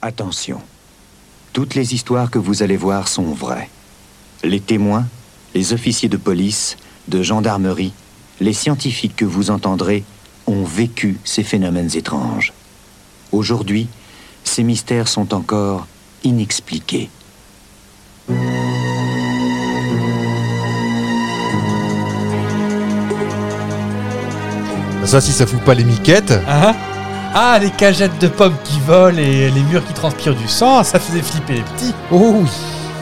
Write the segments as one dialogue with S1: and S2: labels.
S1: Attention. Toutes les histoires que vous allez voir sont vraies. Les témoins, les officiers de police, de gendarmerie, les scientifiques que vous entendrez ont vécu ces phénomènes étranges. Aujourd'hui, ces mystères sont encore inexpliqués.
S2: Bah, Ça, si ça fout pas les miquettes.
S3: Hein ah, les cagettes de pommes qui volent et les murs qui transpirent du sang, ça faisait flipper les petits.
S2: Oh oui.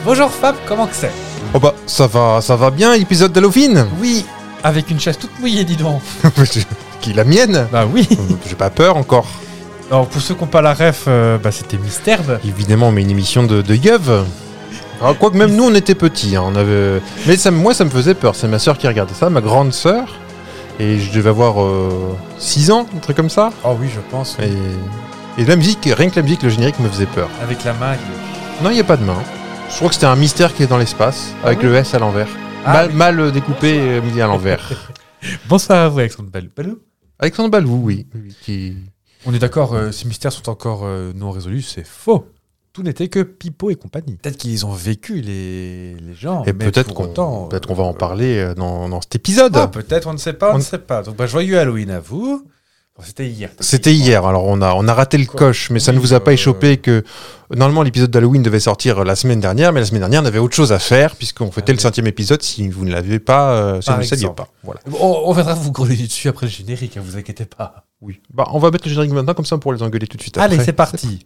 S3: Bonjour Fab, comment que c'est
S2: Oh bah, ça va, ça va bien, épisode d'Halloween
S3: Oui, avec une chaise toute mouillée, dis donc.
S2: Qui la mienne
S3: Bah oui.
S2: J'ai pas peur encore.
S3: Alors pour ceux qui n'ont pas la ref, euh, bah, c'était Mystère.
S2: Évidemment, mais une émission de, de Yeuve. Alors, quoique même nous, on était petits. hein, on avait... Mais ça, moi, ça me faisait peur. C'est ma soeur qui regardait ça, ma grande soeur. Et je devais avoir 6 ans, un truc comme ça.
S3: Oh oui, je pense. oui.
S2: Et, et la musique, rien que la musique, le générique me faisait peur.
S3: Avec la main.
S2: Non, il n'y a pas de main. Je crois que c'était un mystère qui est dans l'espace, avec
S3: oui
S2: le S à l'envers.
S4: Bah,
S3: Ah
S2: mal,
S3: oui.
S2: mal, euh, découpé, euh, mis à l'envers.
S3: Bonsoir à vous, Alexandre Balou. Balou.
S2: Alexandre Balou, oui. oui, qui-
S4: On est d'accord, euh, ces mystères sont encore euh, non résolus, c'est faux. Tout n'était que Pipo et compagnie. Peut-être qu'ils ont vécu les, les gens.
S2: Et
S4: mais
S2: peut-être
S4: pour
S2: qu'on
S4: autant,
S2: peut-être
S4: euh,
S2: qu'on va en parler euh, dans, dans cet
S4: euh,
S2: épisode.
S3: Bah,
S4: ah, peut-être, on ne sait pas, on,
S2: On-
S4: ne sait pas. Donc, bah, joyeux Halloween à vous. Bon, C'était hier.
S2: C'était hier, alors on a, on a raté le
S4: Quoi
S2: coche, mais ça ne
S4: Oui,
S2: vous a pas
S4: euh,
S2: échappé que normalement l'épisode d'Halloween devait sortir euh, la semaine dernière, mais la semaine dernière on avait autre chose à faire puisqu'on
S4: Ah,
S2: fêtait le
S4: oui.
S2: cinquième épisode si vous ne l'avez pas, euh, si
S4: Par
S2: vous ne le saviez
S4: exemple.
S2: pas. Voilà.
S4: On, on viendra vous grelotter dessus après le générique,
S3: hein,
S4: ne vous inquiétez pas.
S2: Oui. Bah, on va mettre le générique maintenant comme ça pour les engueuler tout de suite. après.
S3: Allez, c'est parti.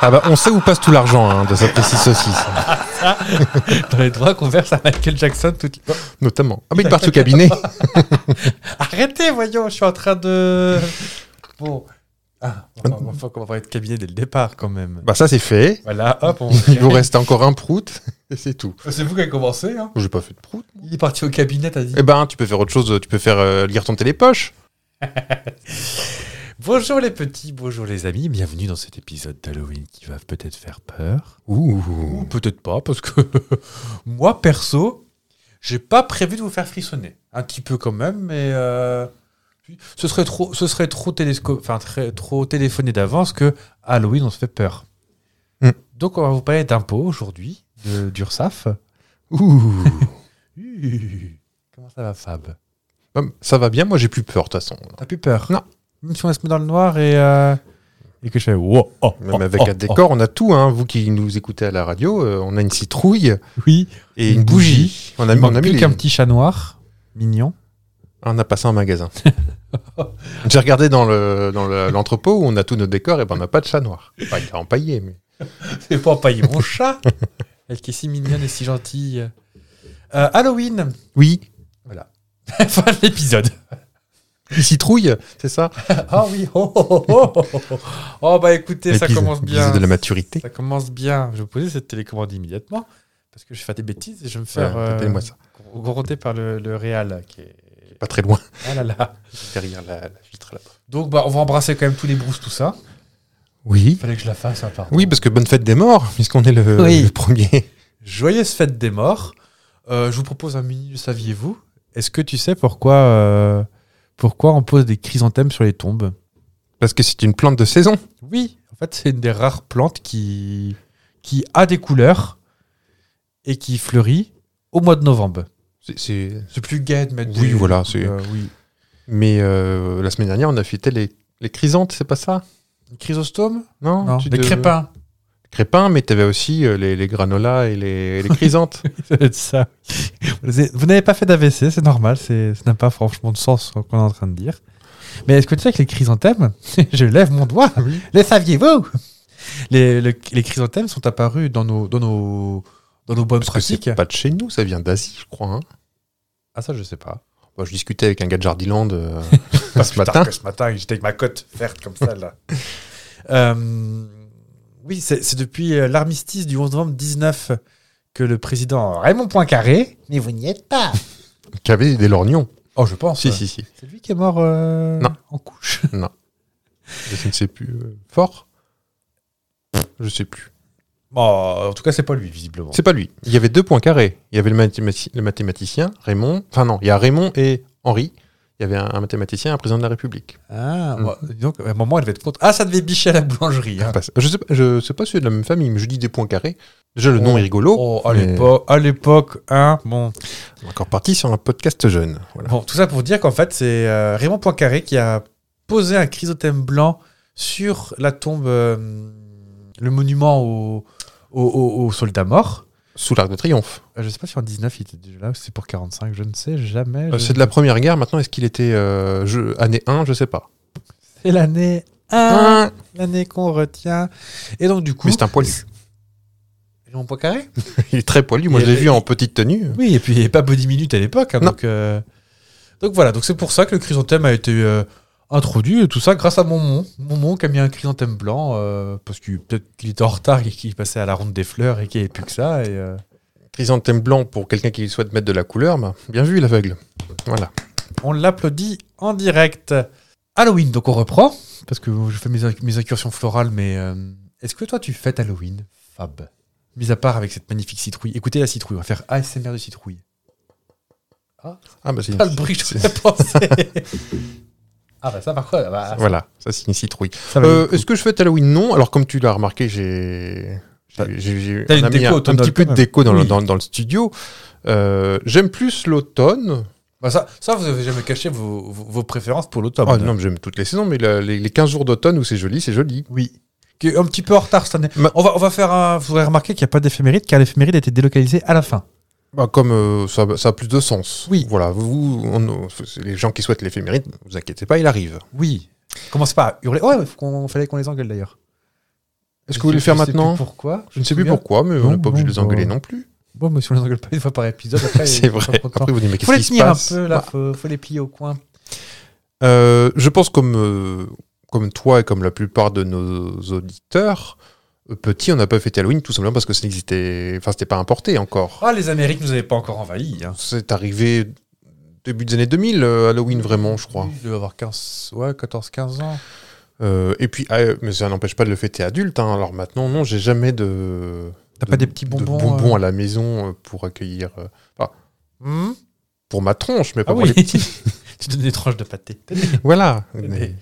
S2: Ah bah, on sait où passe tout l'argent hein, de cette précise saucisse,
S3: Dans les droits qu'on verse à Michael Jackson toutes les-
S2: notamment. Ah bah il part au cabinet.
S3: Arrêtez, voyons, je suis en train de... Bon. Ah, on va- on va- on va être cabinet dès le départ quand même.
S2: bah ça c'est fait.
S3: Voilà, hop, on...
S2: Il vous reste encore un prout et c'est tout.
S3: C'est vous qui avez commencé, hein Euh,
S2: J'ai pas fait de prout.
S3: Il est parti au cabinet, t'as dit.
S2: Eh ben tu peux faire autre chose, tu peux faire euh, lire ton télépoche.
S3: Bonjour les petits, bonjour les amis, bienvenue dans cet épisode d'Halloween qui va peut-être faire peur. Ou
S2: Ouh.
S3: peut-être pas, parce que moi perso, j'ai pas prévu de vous faire frissonner. Un petit peu quand même, mais euh, ce serait trop, ce serait trop, télesco- enfin, très- trop téléphoné d'avance que Halloween on se fait peur.
S2: Hmm.
S3: Donc on va vous parler d'impôts aujourd'hui, de- d'URSAF.
S2: Ouh.
S3: Uuuh. Comment ça va Fab
S2: Hum, Ça va bien, moi j'ai plus peur de toute façon.
S3: T'as plus peur
S2: Non.
S3: Même si on se met dans le noir et, euh, et que je fais... wow, oh,
S2: Même
S3: oh,
S2: avec
S3: oh,
S2: un
S3: oh.
S2: décor, on a tout. Hein. Vous qui nous écoutez à la radio, euh, on a une citrouille
S3: Oui.
S2: et une bougie. On a,
S3: Il
S2: on
S3: manque
S2: a mis
S3: plus
S2: les-
S3: qu'un petit chat noir, mignon.
S2: on a passé un magasin. J'ai regardé dans le dans le- l'entrepôt où on a tous nos décors et ben on n'a pas de chat noir. Enfin, il est empaillé, mais
S3: C'est pas empailler mon chat. Elle qui est si mignonne et si gentille. Euh, Halloween.
S2: oui,
S3: fin de l'épisode.
S2: une citrouille, c'est ça.
S3: Ah oui. Oh, oh, oh, oh, oh, oh. Oh, bah écoutez, ça
S2: L'épisode-
S3: commence bien.
S2: l'épisode euh, de la maturité.
S3: Ça commence bien. Je vais poser cette télécommande immédiatement parce que je vais faire des bêtises et je vais me faire
S2: Ouais,
S3: euh,
S2: tapez-moi ça.
S3: gronder par le, le Real qui est.
S2: Pas très loin
S3: Ah là là.
S2: derrière la, la vitre là-bas.
S3: Donc bah, on va embrasser quand même tous les brousses, tout ça.
S2: Oui.
S3: Il fallait que je la fasse, hein, pardon.
S2: Oui, parce que bonne fête des morts, puisqu'on est le,
S3: Oui.
S2: le premier.
S3: Joyeuse fête des morts. Euh, je vous propose un mini Le saviez-vous. Est-ce que tu sais pourquoi, euh, pourquoi on pose des chrysanthèmes sur les tombes
S2: Parce que c'est une plante de saison.
S3: Oui, en fait, c'est une des rares plantes qui, qui a des couleurs et qui fleurit au mois de novembre.
S2: C'est- C'est
S3: C'est plus gai de mettre
S2: Oui,
S3: des-
S2: voilà, c'est-
S3: euh, oui.
S2: Mais euh, la semaine dernière, on a fêté les, les chrysantes, c'est pas ça
S3: Une chrysostome
S2: Non,
S3: Non,
S2: tu
S3: des
S2: te-
S3: crépins.
S2: Crépins, mais t'avais aussi euh, les, les granolas et les, les chrysantes.
S3: Ça doit être ça. Vous avez- vous n'avez pas fait d'AVC, c'est normal, c'est- ça n'a pas franchement de sens ce qu'on est en train de dire. Mais est-ce que tu sais que les chrysanthèmes, je lève mon doigt, le saviez-vous les, le- les chrysanthèmes sont apparus dans nos, dans nos, dans nos bonnes
S2: Parce que c'est
S3: pratiques.
S2: pas de chez nous, ça vient d'Asie, je crois. hein.
S3: Ah, ça, je sais pas.
S2: Moi, je discutais avec un gars de Jardiland euh, pas ce matin.
S3: que ce matin, j'étais avec ma cote verte comme ça, là. Euh, oui, c'est c'est depuis euh, l'armistice du 11 novembre 19 que le président Raymond Poincaré. Mais vous n'y êtes pas
S2: Qui avait des lorgnons.
S3: Oh, je pense.
S2: Si, si, si.
S3: C'est lui qui est mort euh,
S2: Non.
S3: en couche.
S2: Je ne sais plus. euh, fort Je sais plus.
S3: Bon, en tout cas, c'est pas lui, visiblement.
S2: C'est pas lui. Il y avait deux points carrés. Il y avait le, mathémati- le mathématicien, Raymond. Enfin, non, il y a Raymond et Henri. Il y avait un, un mathématicien, un président de la République.
S3: Ah,
S2: Mm.
S3: bon, dis donc, à un moment, elle devait être contre. Ah, ça devait bicher à la boulangerie. hein.
S2: Parce- Ah bah, Je sais, pas- je sais pas si c'est de la même famille, mais je dis des points carrés. Déjà, le
S3: Oh.
S2: nom est rigolo.
S3: Oh, à
S2: mais
S3: l'époque- à l'époque, hein. Bon.
S2: on est Encore parti sur un podcast jeune. Voilà.
S3: Bon, tout ça pour dire qu'en fait, c'est euh, Raymond Poincaré qui a posé un chrysothème blanc sur la tombe, euh, le monument aux au, au- aux soldats morts.
S2: Sous l'Arc de Triomphe.
S3: Euh, Je sais pas si en 19 il était déjà là, ou si c'est pour 45, je ne sais jamais.
S2: Euh,
S3: Je-
S2: c'est de la Première Guerre. Maintenant, est-ce qu'il était euh, je- année 1 Je sais pas.
S3: C'est l'année 1, l'année qu'on retient. Et donc du coup,
S2: Mais c'est un poilu.
S3: Raymond Poincaré
S2: Il est très poilu. Moi,
S3: Il
S2: je l'ai
S3: est-
S2: vu en petite tenue.
S3: Oui, et puis il n'y avait pas Body Minute à l'époque. hein,
S2: Non.
S3: donc, euh, donc voilà, donc c'est pour ça que le chrysanthème a été euh, introduit, et tout ça grâce à Momon. Momon qui a mis un chrysanthème blanc, euh, parce que peut-être qu'il était en retard et qu'il passait à la ronde des fleurs et qu'il n'y avait plus que ça. Et, euh,
S2: Chrysanthème blanc pour quelqu'un qui souhaite mettre de la couleur. bah, bien vu, l'aveugle. Voilà.
S3: on l'applaudit en direct. Halloween, donc on reprend, parce que je fais mes, inc- mes incursions florales, mais euh, est-ce que toi tu fêtes Halloween, Fab Mis à part avec cette magnifique citrouille. Écoutez la citrouille, on va faire ASMR de citrouille.
S2: Ah, bah, c'est une-
S3: Pas le bruit, que j'aurais pensé. ah bah ça par contre, bah,
S2: Voilà, ça c'est une citrouille.
S3: ça va
S2: Euh, Est-ce que je fête Halloween Non. Alors, comme tu l'as remarqué, j'ai. j'ai- j'ai- j'ai-
S3: T'as
S2: on
S3: une
S2: a mis
S3: déco
S2: un, un
S3: automnale
S2: petit peu
S3: quand
S2: de
S3: même.
S2: déco dans, le,
S3: Oui.
S2: dans, dans le studio. Euh, J'aime plus l'automne.
S3: Bah ça, ça, vous avez jamais caché vos, vos- vos préférences pour l'automne.
S2: Ah, non, mais j'aime toutes les saisons, mais la- les, les 15 jours d'automne où c'est joli, c'est joli.
S3: Oui. Qui est un petit peu en retard cette année.
S2: Ma-
S3: On, va, on va faire un... Vous aurez remarqué qu'il n'y a pas d'éphéméride, car l'éphéméride a été délocalisée à la fin.
S2: Bah, comme euh, ça, ça a plus de sens.
S3: Oui.
S2: Voilà, vous, on- c'est les gens qui souhaitent l'éphéméride, vous inquiétez pas, il arrive.
S3: Oui. Commence pas à hurler. Ouais, mais faut qu'on- fallait qu'on les engueule d'ailleurs.
S2: Est-ce
S3: Je
S2: que vous voulez
S3: sais-
S2: faire
S3: je sais plus
S2: maintenant
S3: Pourquoi
S2: Je ne sais plus
S3: souviens.
S2: pourquoi, mais
S3: Non,
S2: on n'est pas obligé de
S3: non,
S2: les engueuler
S3: bah.
S2: non plus.
S3: Bon, mais si on les engueule pas une fois par épisode, après.
S2: c'est
S3: ils sont
S2: vrai.
S3: contents.
S2: Après, vous dites, mais
S3: Faut les
S2: qu'est-ce qui se
S3: tenir un
S2: passe
S3: peu, là, faut, faut les plier au coin.
S2: Euh, je pense comme, euh, comme toi et comme la plupart de nos auditeurs, euh, petit, on n'a pas fêté Halloween tout simplement parce que ça n'existait, enfin c'était pas importé encore.
S3: Ah, les Amériques nous avaient pas encore envahis. Hein.
S2: C'est arrivé début des années 2000, euh, Halloween vraiment, je crois.
S3: Il devait avoir 15, ouais, 14-15 ans.
S2: Euh, et puis, ah, euh, mais ça n'empêche pas de le fêter adulte. hein. Alors maintenant, non, j'ai jamais de.
S3: T'as
S2: de-
S3: pas des petits bonbons,
S2: de bonbons à la maison euh, pour accueillir, euh,
S3: Hmm
S2: pour ma tronche, mais pas
S3: ah
S2: pour
S3: oui.
S2: les.
S3: tu donnes des tranches de pâté.
S2: Voilà.
S3: Mais-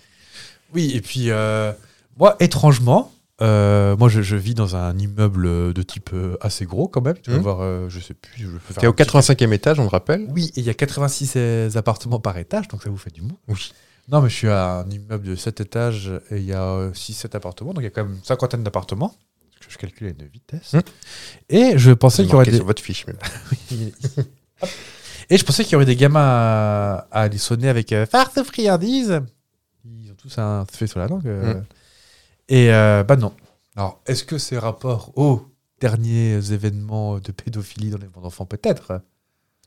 S3: Oui, et puis, euh, moi, étrangement, euh, moi, je, je vis dans un immeuble de type euh, assez gros quand même. Tu vas
S2: Mhm.
S3: voir, euh, je sais plus, je peux faire.
S2: T'es
S3: un
S2: au
S3: petit-
S2: 85e étage, on le rappelle.
S3: Oui, et il y a 86 euh, appartements par étage, donc ça vous fait du monde.
S2: Oui.
S3: Non, mais je suis à un immeuble de 7 étages et il y a 6-7 appartements, donc il y a quand même une cinquantaine d'appartements. parce que Je calcule à une vitesse.
S2: Mhm.
S3: Et je pensais
S2: C'est
S3: qu'il y aurait
S2: marqué
S3: des.
S2: sur votre fiche. Mais...
S3: Hop. Et je pensais qu'il y aurait des gamins à, à les sonner avec euh, farce friandise. Ils ont tous un fait sur la langue. euh.
S2: Mm.
S3: Et euh, bah non. Alors, est-ce que c'est rapport aux derniers événements de pédophilie dans les bandes d'enfants Peut-être.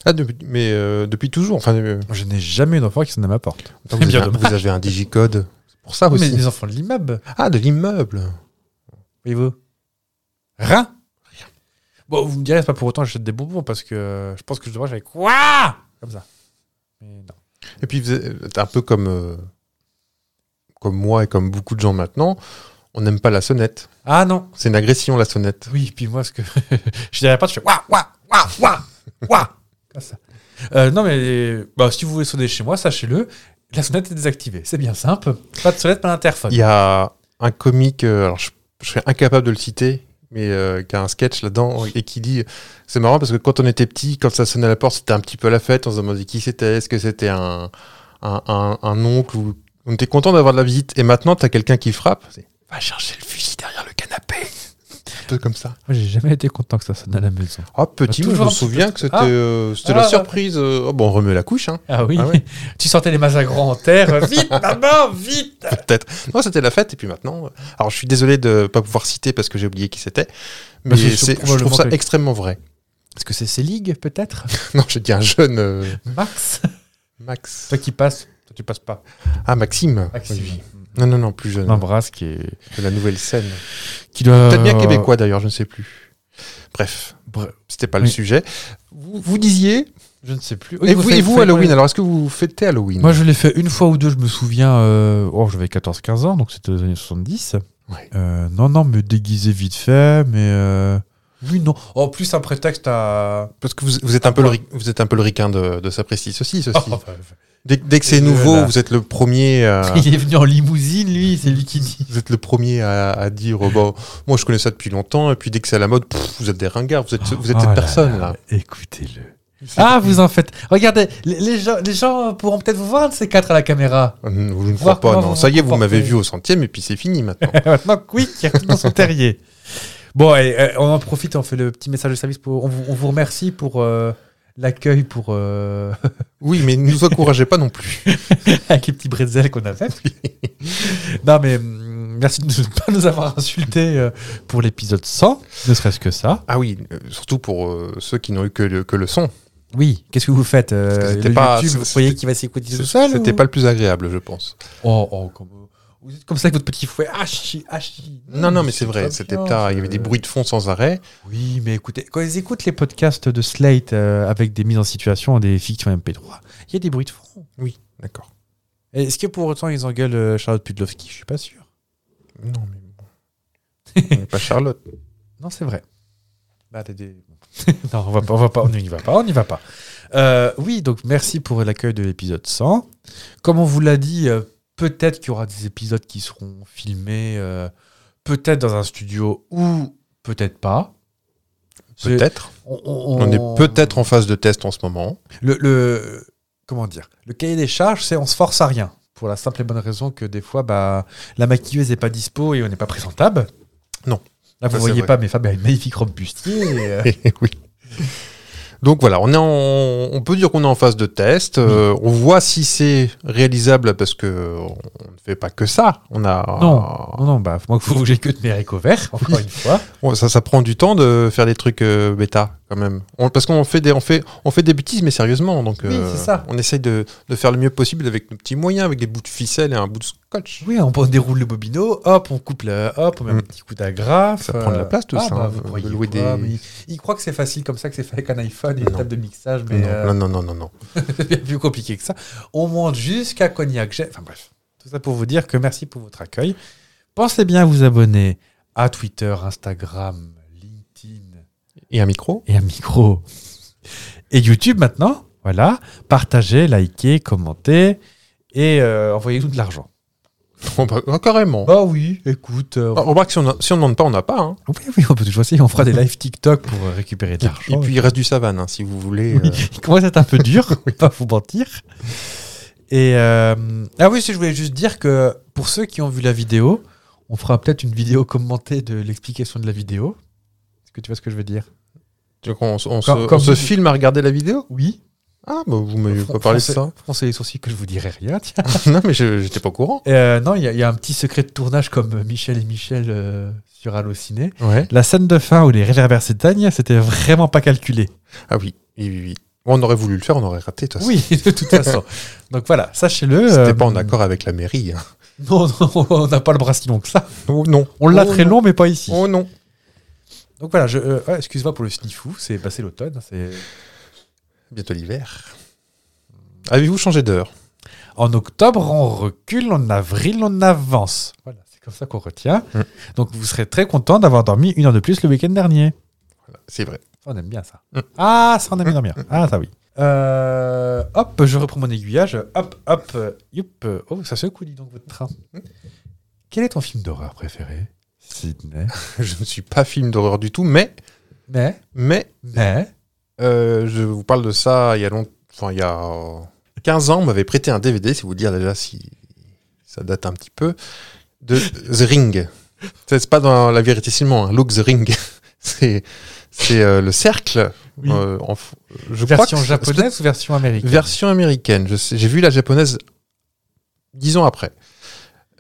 S2: Ah, depuis- mais euh, depuis toujours. Enfin, euh,
S3: Je n'ai jamais eu d'enfant qui sonne à ma porte.
S2: Attends, vous,
S3: Bien
S2: avez un,
S3: dommage.
S2: vous avez un digicode. C'est pour ça
S3: Mais
S2: Ah, aussi.
S3: des enfants de l'immeuble,
S2: Ah, de l'immeuble.
S3: voyez-vous Rien Bon, vous me direz, c'est pas pour autant que j'achète des bonbons parce que euh, je pense que je devrais avec quoi Comme ça. Mais non.
S2: Et puis, vous êtes un peu comme, euh, comme moi et comme beaucoup de gens maintenant, on n'aime pas la sonnette.
S3: Ah non
S2: C'est une agression, la sonnette.
S3: Oui, puis moi, ce que je dirais pas, je fais ouah, ouah, ouah, ouah, ouah. Comme ça. Euh, non, mais euh, bah, si vous voulez sonner chez moi, sachez-le, la sonnette est désactivée. C'est bien simple. Pas de sonnette, pas d'interphone.
S2: Il y a un comique, euh, alors je, je serais incapable de le citer, mais euh, qui a un sketch là-dedans et qui dit C'est marrant parce que quand on était petit, quand ça sonnait à la porte, c'était un petit peu la fête. On se demandait qui c'était, est-ce que c'était un, un, un- un oncle ou. On était content d'avoir de la visite. Et maintenant, t'as quelqu'un qui frappe. c'est, Va chercher le fusil derrière le canapé. chute comme ça.
S3: Moi, j'ai jamais été content que ça sonne à la maison.
S2: Ah, petit,
S5: Bah,
S2: moi, je
S5: toujours
S2: me
S5: un petit
S2: souviens
S5: peu-
S2: que c'était
S5: Ah.
S2: euh, c'était
S5: Ah,
S2: la
S5: ouais.
S2: surprise. euh, oh, bon, on remet la couche, hein,
S3: Ah oui,
S2: Ah ouais.
S3: tu sentais les massacrants en terre. euh, Vite, maman, vite
S5: Euh.
S2: peut-être. Non, c'était la fête, et puis maintenant. euh, Alors, je suis désolé de pas pouvoir citer parce que j'ai oublié qui c'était, mais
S5: Bah, c'est
S2: c'est- je
S5: probablement
S2: trouve ça
S5: quelqu'un.
S2: extrêmement vrai.
S3: Est-ce que c'est Selig, peut-être
S2: Non, j'ai dit un jeune euh,
S3: Max
S2: Max.
S5: Toi qui passes, toi tu passes pas.
S2: Ah, Maxime. Oui, oui. Non, non, non, Euh, plus jeune.
S3: Un brasse qui est.
S2: De la nouvelle scène.
S3: Qui doit.
S2: Peut-être bien québécois d'ailleurs, je ne sais plus. Bref,
S3: Bref.
S2: c'était pas le
S3: Oui.
S2: sujet. Vous, vous disiez.
S3: Je ne sais plus.
S2: et vous, et vous, Halloween, alors est-ce que vous fêtez Halloween
S3: Moi, je l'ai fait une fois ou deux, je me souviens. euh, Oh, j'avais 14-15 ans, donc c'était aux années 70.
S2: Ouais.
S3: Euh, non, non, me déguiser vite fait, mais. euh,
S5: Oui, non. En Oh, plus, un prétexte à.
S2: Parce que vous, vous êtes un peu le, ri- vous êtes un peu le ricain de, de Sapristi, ceci, ceci.
S5: Oh, bah,
S2: Dès, dès que c'est
S5: Euh,
S2: nouveau,
S5: là.
S2: vous êtes le premier. à-
S3: Ah, bah, Il est venu en limousine, lui, c'est lui qui dit.
S2: Vous êtes le premier à, à dire oh, bah, moi je connais ça depuis longtemps et puis dès que c'est à la mode pff, vous êtes des ringards vous êtes ce- vous êtes
S3: Oh
S2: cette
S3: là
S2: personne là,
S3: Écoutez-le. Ah, vous en faites. Regardez, les, les gens, les gens pourront peut-être vous voir un de ces quatre à la caméra.
S2: Hum, je ne
S3: Voir
S2: crois pas
S3: comment
S2: non
S3: vous
S2: ça y est vous
S3: vous
S2: m'avez
S3: comportez.
S2: vu au centième et puis c'est fini maintenant
S3: Maintenant, quick, il retourne dans son terrier.
S5: Bon, allez, euh, on en profite, on fait le petit message de service. Pour... On, vous, on vous remercie pour euh, l'accueil, pour. euh,
S2: oui mais ne nous encouragez pas non plus
S3: Avec les petits bretzels qu'on a fait. non, mais hum, merci de ne pas nous avoir insultés euh, pour l'épisode 100, ne serait-ce que ça.
S2: ah oui euh, surtout pour euh, ceux qui n'ont eu que le, que le son
S3: Oui, qu'est-ce que vous faites euh,
S2: Parce que c'était
S3: le
S2: pas-
S3: YouTube, Vous
S2: c'était-
S3: croyez qu'il va s'écouter tout seul
S2: c'était
S3: ou-
S2: pas le plus agréable je pense
S3: Oh, oh, comme- Vous êtes comme ça avec votre petit fouet. Ah, chi, ah, chi.
S2: Non, non, mais c'est
S3: très
S2: vrai. C'était
S3: bien,
S2: tard. Il y
S3: je-
S2: avait des bruits de fond sans arrêt.
S3: Oui, mais écoutez, quand ils écoutent les podcasts de Slate euh, avec des mises en situation, des fictions MP3, il y a des bruits de fond.
S2: Oui, d'accord.
S3: Et Est-ce que pour autant ils engueulent euh, Charlotte Pudlowski Je suis pas sûr.
S2: Non, mais bon. On est pas Charlotte.
S3: Non, c'est vrai.
S2: Bah,
S3: non, on va pas, on va pas, on n'y va pas, on n'y va pas. Euh, oui, donc merci pour l'accueil de l'épisode 100. Comme on vous l'a dit, euh, peut-être qu'il y aura des épisodes qui seront filmés, euh, peut-être dans un studio ou peut-être pas. C'est-
S2: Peut-être.
S3: On,
S2: On est peut-être en phase de test en ce moment.
S3: le, le- comment dire le cahier des charges c'est on se force à rien pour la simple et bonne raison que des fois bah la maquilleuse n'est pas dispo et on n'est pas présentable
S2: Non.
S3: là vous
S2: Ça, c'est
S3: voyez
S2: vrai.
S3: pas mais Fab a une magnifique robe bustier et, euh,
S2: oui. Donc voilà, on, est en- on peut dire qu'on est en phase de test. Euh, on voit si c'est réalisable parce que on ne fait pas que ça. On a
S3: non non non bah moi faut que j'ai que de mes haricots verts encore une fois
S2: Ouais, ça, ça prend du temps de faire des trucs euh, bêta quand même. On- parce qu'on fait des, on fait, on fait des bêtises, mais sérieusement. Donc, euh,
S3: Oui, c'est ça.
S2: on essaye de, de faire le mieux possible avec nos petits moyens, avec des bouts de ficelle et un bout de scotch.
S3: oui on déroule le bobineau hop on coupe le hop on met
S2: Mm.
S3: un petit coup d'agrafe
S2: Ça prend de la place, tout
S3: ah,
S2: ça,
S3: bah,
S2: hein,
S3: vous
S2: de
S3: croyez
S2: louer
S3: quoi,
S2: des-
S3: mais il, il croit que c'est facile comme ça que c'est fait avec un iPhone et une
S2: Non.
S3: table de mixage mais
S2: non, non,
S3: euh,
S2: non, non, non, non.
S3: C'est bien plus compliqué que ça. On monte jusqu'à Cognac. Jet. Enfin bref, tout ça pour vous dire que merci pour votre accueil. Pensez bien à vous abonner à Twitter, Instagram, LinkedIn
S2: Et un micro
S3: et à micro. Et YouTube maintenant, voilà. Partagez, likez, commentez et euh, envoyez-nous de l'argent.
S2: Oh, bah, oh, Carrément.
S3: Bah oui, écoute. euh,
S2: Ah, remarque, si on a- si on n'en demande pas, on n'a pas. hein.
S3: oui, oui, on peut toujours essayer. On fera des live TikTok pour euh, récupérer de l'argent.
S2: Et puis il reste du savane, hein, si vous voulez.
S3: Oui,
S2: euh,
S3: il commence à être un peu dur, on va pas vous mentir. Et euh, ah oui, si je voulais juste dire que pour ceux qui ont vu la vidéo, on fera peut-être une vidéo commentée de l'explication de la vidéo. Est-ce que tu vois ce que je veux dire
S2: tu veux qu'on s- on
S3: Quand-
S2: se,
S3: quand
S2: on se
S3: vous-
S2: filme à regarder la vidéo
S3: Oui.
S2: Ah, bah vous m'avez
S3: Fran-
S2: pas parlé de
S3: français-
S2: ça.
S3: Froncez les sourcils que je vous dirai rien. Tiens.
S2: non, mais je j'étais pas au courant.
S3: Euh, non, il y, a- il y a un petit secret de tournage comme Michel et Michel euh, sur Allociné.
S2: Ouais.
S3: La scène de fin où les réverbères s'éteignent, c'était vraiment pas calculé.
S2: Ah oui, oui, oui, oui. On aurait voulu le faire, on aurait raté. de toute façon.
S3: Oui, de toute façon. Donc voilà, sachez-le.
S2: C'était
S3: euh,
S2: pas en accord avec la mairie. hein.
S3: Non, non, on n'a pas le bras si long que ça.
S2: Oh non.
S3: On l'a
S2: Oh
S3: très
S2: non.
S3: long, mais pas ici.
S2: Oh non.
S3: Donc voilà, je, euh, ouais, excuse-moi pour le sniffou, c'est passé l'automne. c'est-
S2: Bientôt l'hiver. Avez-vous changé d'heure
S3: En octobre, on recule, en avril, on avance. Voilà, c'est comme ça qu'on retient.
S2: Mm.
S3: Donc vous serez très content d'avoir dormi une heure de plus le week-end dernier.
S2: C'est vrai.
S3: Ça, on aime bien ça.
S2: Mm.
S3: Ah, ça, on aime bien. Ah, ça oui. Euh, hop, je reprends mon aiguillage. Hop, hop, euh, youp. euh, Oh, ça secoue, dis donc, votre train.
S2: Mm.
S3: Quel est ton film d'horreur préféré Sydney.
S2: Je ne suis pas film d'horreur du tout, mais,
S3: Mais,
S2: mais
S3: mais,
S2: euh, je vous parle de ça il y a longtemps. Enfin, il y a euh, 15 ans, on m'avait prêté un DVD, c'est vous dire déjà si ça date un petit peu, de The Ring. Ça, C'est pas dans la vérité seulement, hein, Look The Ring. c'est c'est, euh, le cercle.
S3: Oui.
S2: euh, en f- je crois
S3: Version
S2: que c'est- c'est
S3: japonaise ou version américaine
S2: Version américaine. Je sais- J'ai vu la japonaise dix ans après.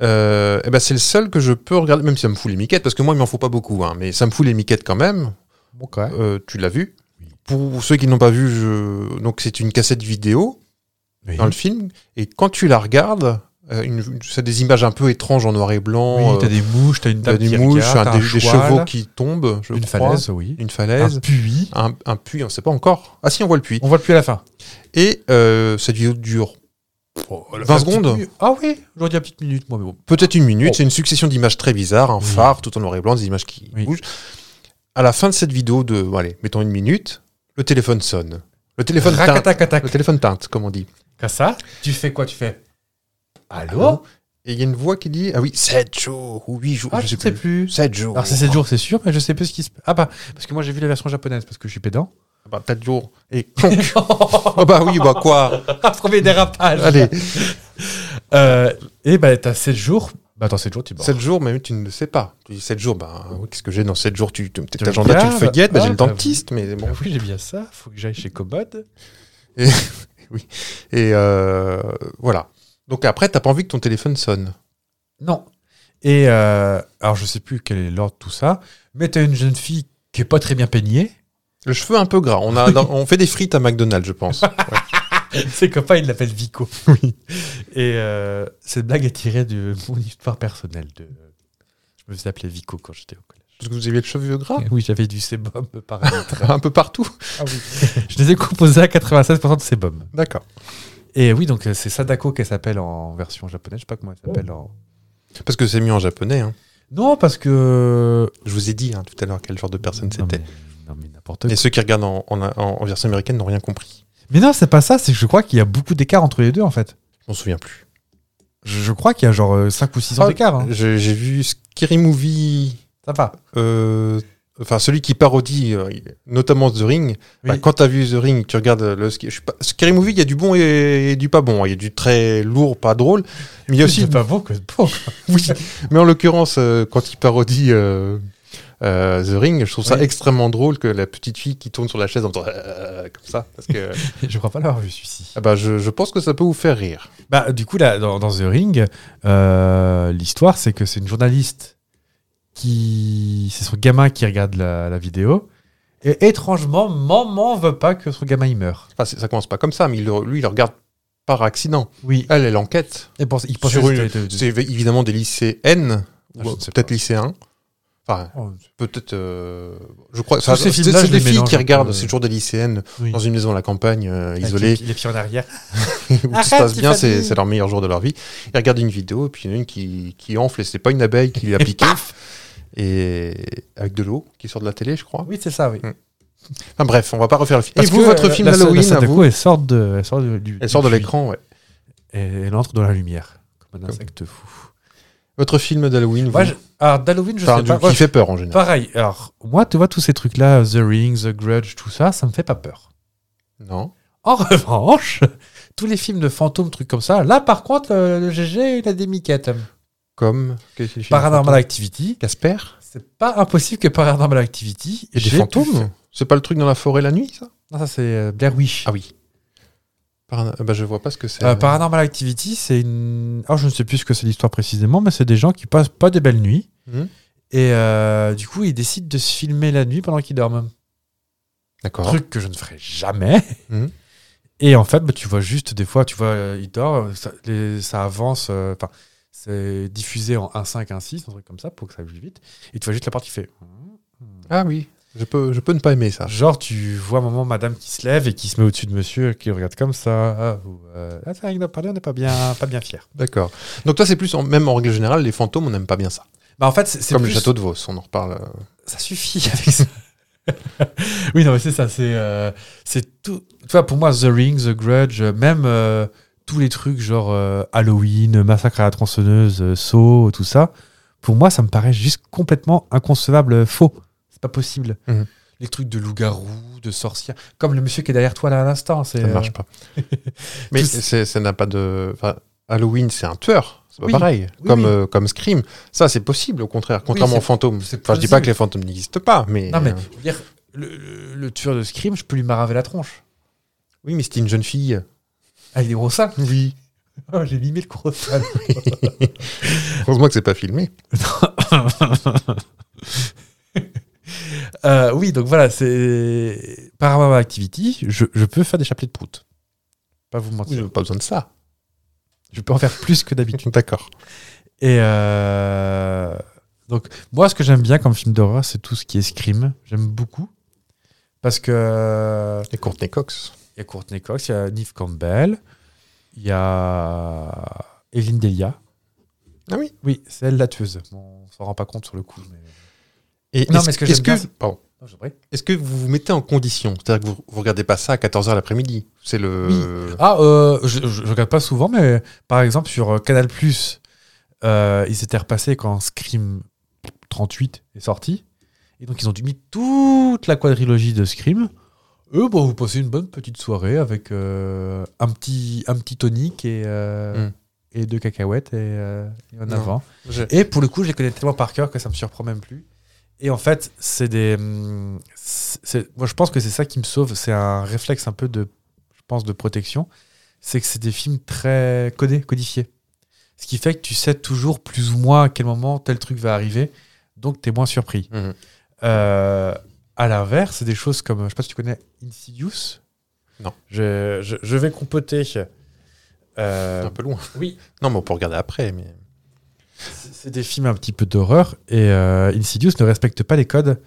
S2: Euh, eh ben c'est le seul que je peux regarder, même si ça me fout les miquettes, parce que moi, il m'en faut pas beaucoup, hein, mais ça me fout les miquettes quand même.
S3: Bon, quand même.
S2: Euh, tu l'as vu. Pour ceux qui n'ont pas vu, je- donc c'est une cassette vidéo
S3: Oui.
S2: Euh, dans le film, et quand tu la regardes, euh, une- une- ça a des images un peu étranges en noir et
S3: Oui,
S2: blanc.
S3: t'as
S2: euh,
S3: des mouches, t'as une
S2: t'as
S3: table
S2: des
S3: qui
S2: mouches,
S3: regarde,
S2: un-
S3: t'as
S2: des,
S3: un
S2: des
S3: cheval,
S2: chevaux qui tombent, je
S3: une
S2: crois.
S3: falaise, Ah. oui.
S2: Une
S3: Un
S2: falaise.
S3: puits.
S2: Un, un puits, on ne sait pas encore. Ah si, on voit le puits.
S3: On voit le puits à la fin.
S2: Et euh, cette vidéo dure oh, 20 secondes
S3: Ah oui, j'aurais dit une petite minute, moi, mais bon.
S2: peut-être une minute.
S3: Oh.
S2: C'est une succession d'images très bizarres, un
S3: Oui.
S2: phare tout en noir et blanc, des images qui
S3: Oui.
S2: bougent. À la fin de cette vidéo de, bon, allez, mettons une minute, le téléphone sonne. Le téléphone teinte,
S3: Racatacatac.
S2: le téléphone teinte, comme on dit.
S3: Comme ça, tu fais quoi Tu fais Allô,
S2: Allô Et il y a une voix qui dit, ah oui, 7 jours ou 8 jours,
S3: Ah,
S2: je sais
S3: sais
S2: plus. 7 jours.
S3: Alors c'est 7 jours, c'est sûr, mais je sais plus ce qui se passe. Ah bah, parce que moi j'ai vu la version japonaise, parce que je suis pédant.
S2: Ah Bah, 7 jours. Et donc. Ah bah oui, bah quoi
S3: Premier dérapage
S2: Allez,
S3: Euh, Et bah t'as 7 jours. Bah attends, 7 jours, tu
S2: 7 jours, mais tu ne le sais pas. Tu dis 7 jours, bah oui, qu'est-ce que j'ai dans 7 jours Tu tu-
S3: Tu
S2: T'as l'agenda, tu le
S3: regardes.
S2: feuillettes, bah,
S3: Ah,
S2: j'ai le
S3: bah,
S2: dentiste, mais bon.
S3: Bah oui, j'ai bien ça, faut que j'aille chez Commode.
S2: Et euh, voilà. Donc après, t'as pas envie que ton téléphone sonne.
S3: Non. Et euh, alors je sais plus quel est l'ordre de tout ça, mais t'as une jeune fille qui est pas très bien peignée.
S2: Le cheveu un peu gras. On, a, on fait des frites à McDonald's, je pense.
S3: Ses copains, ils l'appellent Vico. Oui. Et euh, cette blague est tirée de mon histoire personnelle. De... Je me faisais appeler Vico quand j'étais au collège.
S2: Parce que vous aviez le cheveu gras
S3: Oui, j'avais du sébum pareil.
S2: un peu partout.
S3: Je les ai composés à 96% de sébum.
S2: D'accord.
S3: Et oui, donc euh, c'est Sadako qu'elle s'appelle en version japonaise. Je sais pas comment elle s'appelle en.
S2: Parce que c'est mieux en japonais. hein.
S3: Non, parce que.
S2: Je vous ai dit hein, tout à l'heure quel genre de personne
S3: Non,
S2: c'était.
S3: mais- Non, mais n'importe quoi.
S2: Et ceux qui regardent en, en- en- en version américaine n'ont rien compris.
S3: Mais non, c'est pas ça. C'est que je crois qu'il y a beaucoup d'écart entre les deux, en fait.
S2: Je m'en souviens plus.
S3: Je, je crois qu'il y a genre 5 ou 6 ans
S2: Ah,
S3: d'écart. hein.
S2: Je- J'ai vu Scary Movie.
S3: Ça va.
S2: euh, Enfin, celui qui parodie euh, notamment The Ring. Bah,
S3: Oui.
S2: quand t'as vu The Ring, tu regardes le Sc- je suis pas- Scary Movie, il y a du bon et, et du pas bon. hein. Il y a du très lourd, pas drôle. Mais il y a aussi
S3: C'est pas bon que bon. quoi.
S2: Oui, mais en l'occurrence, euh, quand il parodie euh, euh, The Ring, je trouve ça
S3: Oui.
S2: extrêmement drôle que la petite fille qui tourne sur la chaise en faisant euh, comme ça, parce que
S3: Je crois pas l'avoir vu celui-ci.
S2: ah bah, je, je pense que ça peut vous faire rire.
S3: Bah, du coup, là, dans, dans The Ring, euh, l'histoire, c'est que c'est une journaliste qui. C'est son gamin qui regarde la, la vidéo. Et étrangement, maman veut pas que son gamin il meure.
S2: Enfin, c'est- ça commence pas comme ça, mais il le- lui, il le regarde par accident.
S3: Oui.
S2: Elle, elle enquête.
S3: Ah, Et pense, il pense
S2: Sur
S3: que
S2: une-
S3: c'était-
S2: C'est évi- évidemment des lycéennes,
S3: Ah,
S2: ou
S3: je ne sais
S2: peut-être
S3: pas.
S2: lycéens. Enfin,
S3: Oh,
S2: peut-être. euh, je crois.
S3: Tous
S2: enfin,
S3: ces
S2: c'est
S3: films-là,
S2: c'est
S3: je
S2: des
S3: les
S2: filles
S3: mélange
S2: qui
S3: un peu,
S2: regardent,
S3: euh,
S2: c'est toujours des lycéennes,
S3: oui.
S2: dans une maison à la campagne, euh,
S3: Avec
S2: isolée.
S3: les pieds- les pieds en arrière.
S2: où tout se passe bien, c'est c'est leur meilleur jour de leur vie. Ils regardent une vidéo et puis il y en a une qui, qui enfle et c'est pas une abeille qui l'a piqué. Et avec de l'eau qui sort de la télé, je crois.
S3: Ah Oui, c'est ça, oui.
S2: Enfin bref, on va pas refaire le film.
S3: Parce
S2: et vous,
S3: que,
S2: votre
S3: euh,
S2: film
S3: la- la- la
S2: d'Halloween, à
S3: Sadako,
S2: vous,
S3: elle sort de, elle sort de, du-
S2: elle sort de
S3: du-
S2: l'écran, ouais.
S3: Et elle entre dans la lumière. Comme un
S2: Comme-
S3: insecte fou.
S2: Votre film d'Halloween, vous,
S3: Moi, je- alors, d'Halloween, je
S2: Enfin,
S3: sais
S2: du-
S3: pas.
S2: qui fait peur en général.
S3: Pareil, alors moi, tu vois, tous ces trucs-là, The Ring, The Grudge, tout ça, ça me fait pas peur.
S2: Non.
S3: En revanche, tous les films de fantômes, trucs comme ça, là par contre, euh, le, le GG, il a des miquettes.
S2: Comme quel est le film
S3: euh, Paranormal
S2: fantôme
S3: Activity,
S2: Casper
S3: c'est pas impossible que Paranormal Activity
S2: et des
S3: j'ai tout fait.
S2: fantômes. C'est pas le truc dans la forêt la nuit, ça
S3: Non, ça c'est euh, Blair Witch.
S2: Ah oui. Parano- Bah, je vois pas ce que c'est.
S3: Euh, Paranormal Activity, c'est une. Alors, je ne sais plus ce que c'est l'histoire précisément, mais c'est des gens qui passent pas des belles nuits.
S2: Mhm.
S3: Et euh, du coup, ils décident de se filmer la nuit pendant qu'ils dorment.
S2: D'accord.
S3: truc que je ne ferai jamais.
S2: Ah. Mhm.
S3: Et en fait, bah, tu vois juste des fois, tu vois, euh, il dort, euh, ça, les- ça avance, euh, enfin, c'est diffusé en 1.5, 1.6, un truc comme ça pour que ça aille plus vite. Et tu vois juste la partie qui fait.
S2: Ah oui. Je peux, je peux ne pas aimer ça.
S3: Genre, tu vois un moment madame qui se lève et qui se met au-dessus de monsieur, qui le regarde comme ça. Ah, ou, euh, ah, tiens, il doit parler, on n'est pas bien, pas bien fier.
S2: D'accord. Donc toi, c'est plus, en- même en règle générale, les fantômes, on n'aime pas bien ça.
S3: Bah, en fait, c'est c'est
S2: Comme
S3: plus-
S2: le château de Vos, on en reparle. euh,
S3: ça suffit avec ça. oui, non, mais c'est ça, c'est euh, c'est tout. Tu vois, pour moi, The Ring, The Grudge, euh, même euh, tous les trucs genre euh, Halloween, Massacre à la tronçonneuse, euh, Saw, tout ça, pour moi, ça me paraît juste complètement inconcevable, euh, faux. C'est pas possible.
S2: Mhm.
S3: Les trucs de loup-garou, de sorcière, comme le monsieur qui est derrière toi là à l'instant. euh,
S2: Ça ne marche pas. Mais
S3: Tout-
S2: c'est- ça n'a pas de. enfin, Halloween, c'est un tueur. C'est pas
S3: Oui.
S2: pareil.
S3: Oui,
S2: comme,
S3: oui.
S2: euh, comme Scream. Ça, c'est possible, au contraire. Contrairement
S3: c'est-
S2: aux fantômes.
S3: c'est
S2: Enfin, je dis pas
S3: plausible.
S2: que les fantômes n'existent pas, mais.
S3: Non, mais
S2: euh,
S3: je veux dire, le, le- le tueur de Scream, je peux lui maraver la tronche.
S2: Oui, mais c'était une jeune fille.
S3: Ah, il est gros sale
S2: Oui.
S3: Oh, J'ai limé le gros sale.
S2: Heureusement que c'est pas filmé.
S3: Euh, oui, donc voilà, c'est. Paranormal Activity, je, je peux faire des chapelets de prout. Pas vous mentir.
S2: J'ai pas besoin de ça.
S3: Je peux en faire plus que d'habitude.
S2: D'accord.
S3: Et euh, donc, moi, ce que j'aime bien comme film d'horreur, c'est tout ce qui est Scream. J'aime beaucoup. Parce que. euh,
S2: Et Courtney Cox.
S3: Il y a Courtney Cox, il y a Neve Campbell, il y a Eileen Delia.
S2: Ah oui.
S3: Oui, c'est elle la tueuse. Bon, on s'en rend pas compte sur le coup. Mais...
S2: Et
S3: Non,
S2: est-ce-
S3: mais ce que
S2: est-ce
S3: j'aime bien,
S2: que, pardon.
S3: Non, je t'en prie.
S2: Est-ce que vous vous mettez en condition C'est-à-dire que vous, vous regardez pas ça à 14h l'après-midi. C'est le.
S3: Ah, euh, je, je- je regarde pas souvent, mais par exemple, sur euh, Canal, euh, ils s'étaient repassés quand Scream 38 est sorti. Et donc, ils ont dû mis toute la quadrilogie de Scream. Eux, bon, vous passez une bonne petite soirée avec euh, un, petit, un petit tonic et, euh,
S2: Mm.
S3: et deux cacahuètes et, euh, et en
S2: Non.
S3: avant.
S2: Je-
S3: Et pour le coup, je les connais tellement par cœur que ça me surprend même plus. Et en fait, c'est des. hum, c'est- c'est- moi, je pense que c'est ça qui me sauve. C'est un réflexe un peu de, je pense, de protection. C'est que c'est des films très codés, codifiés. Ce qui fait que tu sais toujours plus ou moins à quel moment tel truc va arriver. Donc, t'es moins surpris.
S2: Mhm.
S3: Euh, à l'inverse, c'est des choses comme. Je sais pas si tu connais Insidious.
S2: Non.
S3: Je, je- je vais compoter.
S2: C'est
S3: euh,
S2: un peu loin.
S3: oui.
S2: Non, mais on peut regarder après. Mais...
S3: C'est c'est des films un petit peu d'horreur et euh, Insidious ne respecte pas les codes.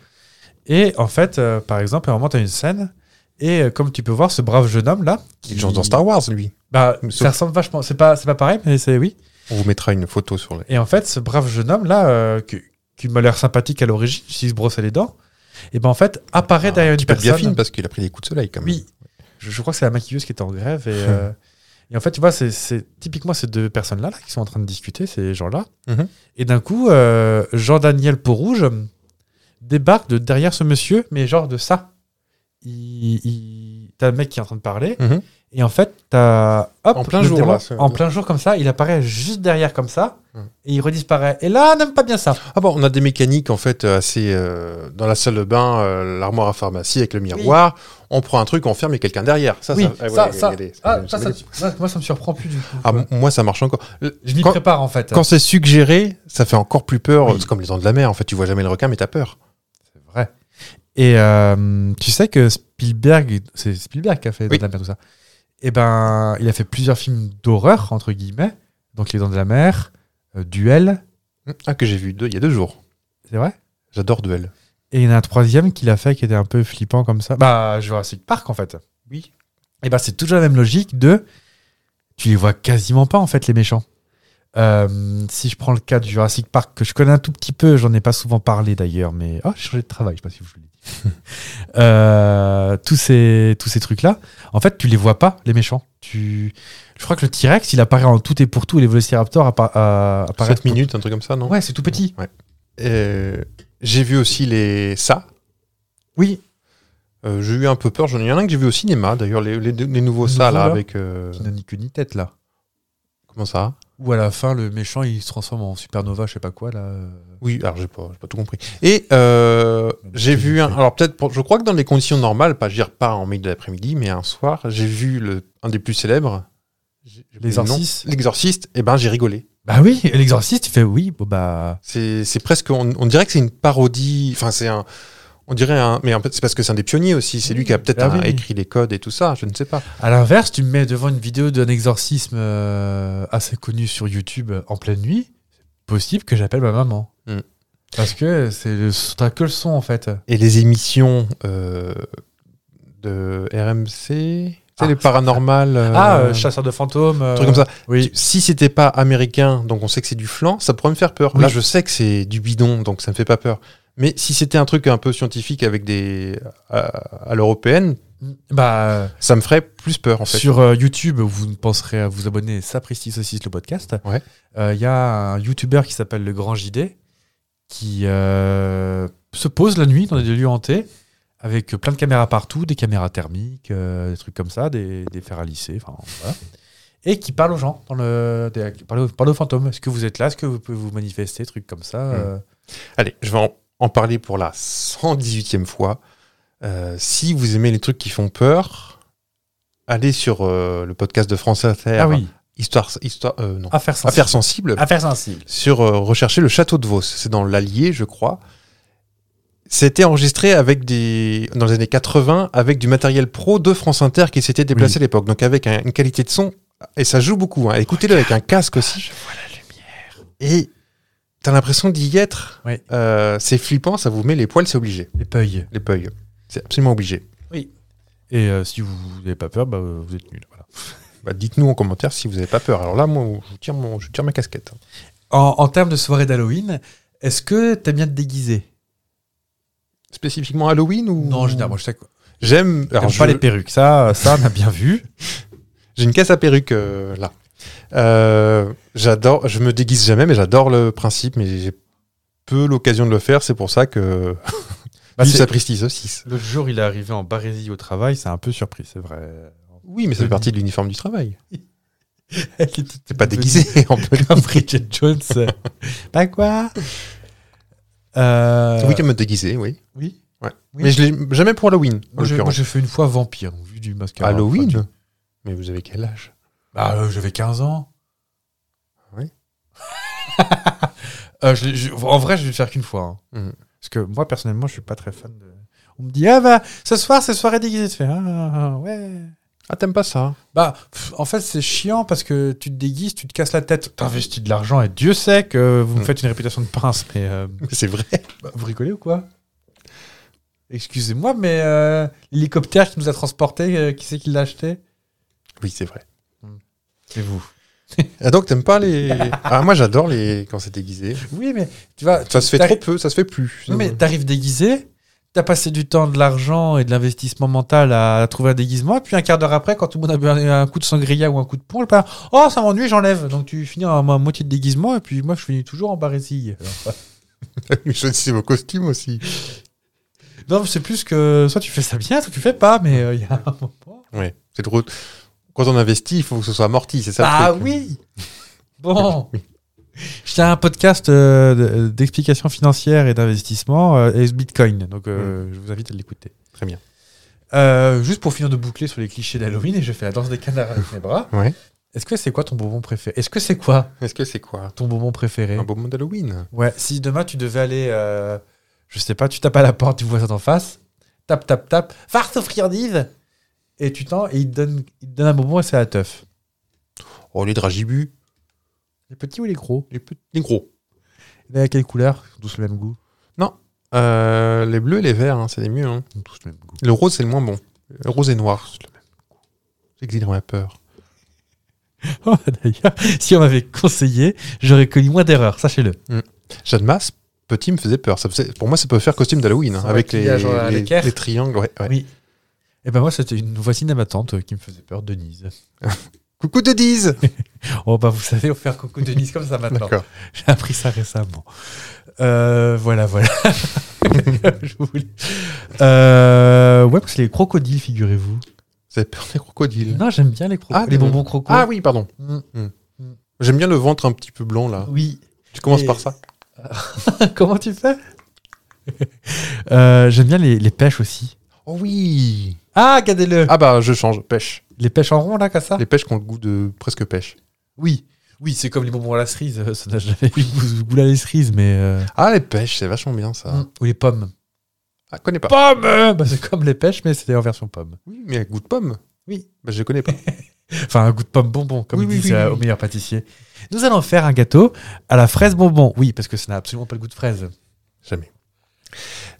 S3: Et en fait, euh, par exemple, à un moment, tu as une scène et euh, comme tu peux voir, ce brave jeune homme là.
S2: Il chante dans Star Wars, lui.
S3: Bah,
S2: Sauf-
S3: ça ressemble vachement. C'est pas, c'est pas pareil, mais c'est oui.
S2: On vous mettra une photo sur les.
S3: Et en fait, ce brave jeune homme là, euh, qui, qui m'a l'air sympathique à l'origine, s'il se brossait les dents, et ben en fait, apparaît
S2: Un
S3: derrière une
S2: petit peu de bien
S3: personne.
S2: film parce qu'il a pris des coups de soleil quand même.
S3: Oui. Je, je crois que c'est la maquilleuse qui était en grève. Et, euh, et en fait, tu vois, c'est- c'est typiquement ces deux personnes-là là, qui sont en train de discuter, ces gens-là.
S2: Mhm.
S3: Et d'un coup, euh, Jean-Daniel Peaurouge débarque de derrière ce monsieur, mais genre de ça. Il, il- T'as le mec qui est en train de parler.
S2: Mhm.
S3: Et en fait, t'as. Hop,
S2: En plein
S3: le
S2: jour,
S3: démon,
S2: là, c'est-
S3: En plein jour, comme ça, il apparaît juste derrière, comme ça.
S2: Mhm.
S3: Et il redisparaît. Et là, on n'aime pas bien ça.
S2: Ah bon, on a des mécaniques en fait euh, assez euh, dans la salle de bain, euh, l'armoire à pharmacie avec le miroir. On prend un truc, on ferme et quelqu'un derrière. Ça,
S3: oui,
S2: ça, ah,
S3: ça,
S2: ouais,
S3: ça.
S2: regardez,
S3: Ah,
S2: c'est-
S3: ça,
S2: c'est-
S3: ça- ça- moi, ça me surprend plus du coup.
S2: Ah, m- moi, ça marche encore. Le-
S3: Je m'y
S2: quand
S3: prépare en fait.
S2: quand c'est suggéré, ça fait encore plus peur.
S3: Oui.
S2: C'est comme les dents de la mer. En fait, tu vois jamais le requin, mais t'as peur.
S3: C'est vrai. Et euh, tu sais que Spielberg, c'est Spielberg qui a fait Les
S2: Oui.
S3: Dents de la Mer, tout ça. Et ben, il a fait plusieurs films d'horreur, entre guillemets. Donc Les Dents de la Mer, euh, Duel,
S2: Ah, que j'ai vu deux, il y a deux jours.
S3: c'est vrai.
S2: J'adore Duel.
S3: Et il y en a un troisième qu'il a fait qui était un peu flippant comme ça. Bah, Jurassic Park, en fait.
S2: Oui.
S3: Et ben, c'est toujours la même logique de. Tu les vois quasiment pas, en fait, les méchants. Euh, si je prends le cas de Jurassic Park, que je connais un tout petit peu, j'en ai pas souvent parlé d'ailleurs, mais. Oh, j'ai changé de travail, je sais pas si je vous l'ai dit. Euh, tous ces, tous ces trucs-là, en fait, tu les vois pas, les méchants. Tu... Je crois que le T-Rex, il apparaît en tout et pour tout, et les Velociraptors appa- euh, apparaissent.
S2: 7 minutes, un truc comme ça, non
S3: Ouais, c'est tout petit.
S2: Euh, J'ai vu aussi les ça.
S3: Oui.
S2: Euh, j'ai eu un peu peur. J'en ai eu un que j'ai vu au cinéma. D'ailleurs, les, les- les nouveaux
S3: Les
S2: ça
S3: nouveaux,
S2: là,
S3: là
S2: avec euh,
S3: Qui n'a ni queue ni tête, là.
S2: comment ça
S3: Ou à la fin, le méchant, il se transforme en supernova, je sais pas quoi, là. euh.
S2: Oui, alors j'ai pas, j'ai pas tout compris. Et euh, j'ai vu un. Alors peut-être, pour- je crois que dans les conditions normales, pas, je veux dire pas en milieu de l'après-midi, mais un soir, j'ai vu le, un des plus célèbres. j'ai- j'ai oublié le nom.
S3: L'exorciste
S2: L'exorciste. Et ben j'ai rigolé.
S3: Bah oui, et l'exorciste, il fait oui, bon bah...
S2: C'est c'est presque, on, on dirait que c'est une parodie. Enfin, c'est un. On dirait un, mais en fait, c'est parce que c'est un des pionniers aussi. C'est lui qui a peut-être
S3: Ah
S2: un-
S3: oui.
S2: écrit les codes et tout ça. Je ne sais pas.
S3: À l'inverse, tu me mets devant une vidéo d'un exorcisme euh, assez connu sur YouTube euh, en pleine nuit, c'est possible que j'appelle ma maman.
S2: Hmm.
S3: Parce que c'est le... t'as que le son, en fait.
S2: et les émissions euh, de RMC, c'est
S3: Ah,
S2: les paranormales, euh,
S3: ah, euh,
S2: un
S3: chasseur de fantômes... euh,
S2: truc comme ça.
S3: Oui.
S2: Si c'était pas américain, donc on sait que c'est du flan, ça pourrait me faire peur.
S3: Oui.
S2: Là, je sais que c'est du bidon, donc ça me fait pas peur. Mais si c'était un truc un peu scientifique avec des à, à l'européenne,
S3: Bah, euh,
S2: ça me ferait plus peur en fait.
S3: sur euh, YouTube, vous ne penserez à vous abonner Sapristi Saucisse, le podcast.
S2: Ouais.
S3: Euh, Il y a un YouTuber qui s'appelle Le Grand JD qui euh, se pose la nuit dans des lieux hantés avec plein de caméras partout, des caméras thermiques, euh, des trucs comme ça, des, des fers à lisser. enfin, voilà. et qui parle aux gens, dans le, des- qui parle, aux- parle aux fantômes. Est-ce que vous êtes là Est-ce que vous pouvez vous manifester Trucs comme ça.
S2: Mmh.
S3: euh.
S2: Allez, je vais en, en parler pour la 118e fois. Euh, si vous aimez les trucs qui font peur, allez sur euh, le podcast de France Inter.
S3: Ah oui,
S2: Histoire, histoire, euh, non.
S3: affaire sensible.
S2: Affaires sensibles.
S3: Affaire sensible.
S2: sur euh, rechercher le château de Vos. C'est dans l'Allier, je crois. C'était enregistré avec des dans les années 80 avec du matériel pro de France Inter qui s'était déplacé à l'époque, donc avec un- une qualité de son et ça joue beaucoup. hein. Écoutez-le avec un casque aussi.
S3: Ah,
S2: Je vois la lumière. Et t'as l'impression d'y être.
S3: Oui.
S2: Euh, c'est flippant, ça vous met les poils, c'est obligé.
S3: Les peuilles.
S2: Les poils, c'est absolument obligé.
S3: Et euh, si vous n'avez pas peur, bah, euh, vous êtes nul. Voilà.
S2: Bah, Dites-nous en commentaire si vous n'avez pas peur. Alors là, moi, je tire mon, je tire ma casquette.
S3: En, en termes de soirée d'Halloween, est-ce que t'aimes bien te déguiser
S2: Spécifiquement Halloween ou
S3: Non, en général, moi je sais quoi.
S2: J'aime. alors,
S3: T'aimes pas
S2: je-
S3: les perruques, ça, ça on a bien vu.
S2: J'ai une caisse à perruque euh, là. Euh, j'adore, je me déguise jamais, mais j'adore le principe, mais j'ai peu l'occasion de le faire. C'est pour ça que
S3: Bah,
S2: vive
S3: c'est-
S2: Sapristi saucisse.
S3: L'autre jour, il est arrivé en barésie au travail, c'est un peu surpris, c'est vrai.
S2: Oui,
S3: Mmh.
S2: mais ça fait partie de l'uniforme du travail.
S3: T'es
S2: C'est pas déguisé. on peut le dire.
S3: Comme Bridget Jones. bah quoi Euh,
S2: Oui, que me déguiser, oui.
S3: oui.
S2: Mais je l'ai jamais pour Halloween. en
S3: Moi, j'ai- moi,
S2: l'occurrence.
S3: j'ai fait une fois vampire, vu du mascara.
S2: Halloween.
S3: Enfin, du-
S2: Mais vous avez quel âge
S3: Bah, euh, j'avais 15 ans.
S2: Oui.
S3: Euh, je l'ai- je- en vrai, je vais le faire qu'une fois. hein.
S2: Mhm.
S3: Parce que moi, personnellement, je suis pas très fan de. On me dit, ah bah, ce soir, c'est soirée déguisée. Tu fais, ah, ah, ah, ouais.
S2: Ah, t'aimes pas ça
S3: Bah, pff, en fait, c'est chiant parce que tu te déguises, tu te casses la tête. T'investis de l'argent et Dieu sait que vous me
S2: Mm.
S3: faites une réputation de prince, mais euh,
S2: Mais C'est vrai.
S3: Mhm. bah, vous rigolez ou quoi Excusez-moi, mais euh, l'hélicoptère qui nous a transportés, euh, qui c'est qui l'a acheté
S2: Oui, c'est vrai.
S3: C'est vous.
S2: Ah, donc t'aimes pas les Ah, moi j'adore les quand c'est déguisé.
S3: Oui, mais tu vois,
S2: Ça se fait
S3: t'as-
S2: trop peu, ça se fait plus.
S3: Non, mais t'arrives déguisé, t'as passé du temps, de l'argent et de l'investissement mental à, trouver un déguisement, et puis un quart d'heure après, quand tout le monde a bu un, un coup de sangria ou un coup de pont, le père, oh, ça m'ennuie, j'enlève. Donc tu finis en, en moitié de déguisement, et puis moi, je finis toujours en barésie.
S2: Je sais vos costumes aussi.
S3: Non, mais c'est plus que soit tu fais ça bien, soit tu fais pas, mais euh, il y a un moment.
S2: Ouais, c'est trop. Quand on investit, il faut que ce soit amorti, c'est ça le
S3: Ah
S2: truc.
S3: oui Bon Je tiens un podcast euh, de- d'explication financière et d'investissement euh, et Bitcoin, donc euh, je vous invite à l'écouter.
S2: Mm. Très bien.
S3: Euh, juste pour finir de boucler sur les clichés d'Halloween, et je fais la danse des canards avec mes bras.
S2: Ouais.
S3: Est-ce que c'est quoi ton bonbon préféré Est-ce que c'est quoi
S2: Est-ce que c'est quoi
S3: ton bonbon préféré
S2: Un beau monde d'Halloween
S3: Ouais, si demain tu devais aller, euh, je sais pas, tu tapes à la porte du voisin d'en face, tape, tape, tape, farce aux friandises Et tu tends et il te donne, il te donne un bonbon et c'est à la teuf.
S2: Oh, les dragibus,
S3: Les petits ou les gros
S2: les, petits, les gros.
S3: Il y en a quelle couleur Ils ont Tous le même goût.
S2: Euh, les bleus et les verts, hein, c'est les mieux. hein.
S3: Ils ont Tous le même goût.
S2: Le rose, c'est le moins bon. Le rose et noir, c'est le même coup. C'est que j'ai vraiment peur.
S3: Oh, D'ailleurs, si on m'avait conseillé, j'aurais connu moins d'erreurs, sachez-le.
S2: Jeanne Masse, petit, me faisait peur. Ça faisait- pour moi, ça peut faire costume d'Halloween, hein,
S3: Sans
S2: avec les,
S3: maquillage, voilà,
S2: les,
S3: l'équerre.
S2: les triangles. ouais, ouais.
S3: Oui. Et ben moi, c'était une voisine à ma tante euh, qui me faisait peur, Denise.
S2: Coucou de Diz
S3: Oh bah vous savez, on fait un coucou Denise comme ça maintenant.
S2: D'accord.
S3: J'ai appris ça récemment. Euh, voilà, voilà. Je voulais- Euh, ouais, parce que les crocodiles, figurez-vous.
S2: Vous avez peur des crocodiles
S3: Non, j'aime bien les, croco-
S2: Ah,
S3: les
S2: des
S3: bonbons crocos.
S2: Ah oui, pardon.
S3: Mm.
S2: Mm.
S3: Mm.
S2: J'aime bien le ventre un petit peu blanc, là.
S3: oui.
S2: Tu commences
S3: Et-
S2: par ça
S3: Comment tu fais Euh, J'aime bien les, les pêches aussi.
S2: Oh oui
S3: Ah, regardez-le
S2: Ah bah, je change. Pêche.
S3: Les pêches en rond, là, comme ça
S2: Les pêches qui ont le goût de presque pêche.
S3: Oui. Oui, c'est comme les bonbons à la cerise. euh, Ça n'a jamais eu le goût à la cerise, mais... euh,
S2: Ah, les pêches, c'est vachement bien ça.
S3: mm. Ou les pommes.
S2: Ah, connais pas.
S3: Pommes euh, bah, C'est comme les pêches, mais c'était en version pomme.
S2: Oui, mais avec goût de pomme.
S3: Oui.
S2: Bah, je connais pas.
S3: Enfin, un goût de pomme bonbon, comme
S2: Oui,
S3: ils
S2: oui,
S3: disent
S2: oui,
S3: euh,
S2: oui.
S3: au meilleur pâtissier. Nous allons faire un gâteau à la fraise bonbon. Oui, parce que ça n'a absolument pas le goût de fraise.
S2: Jamais.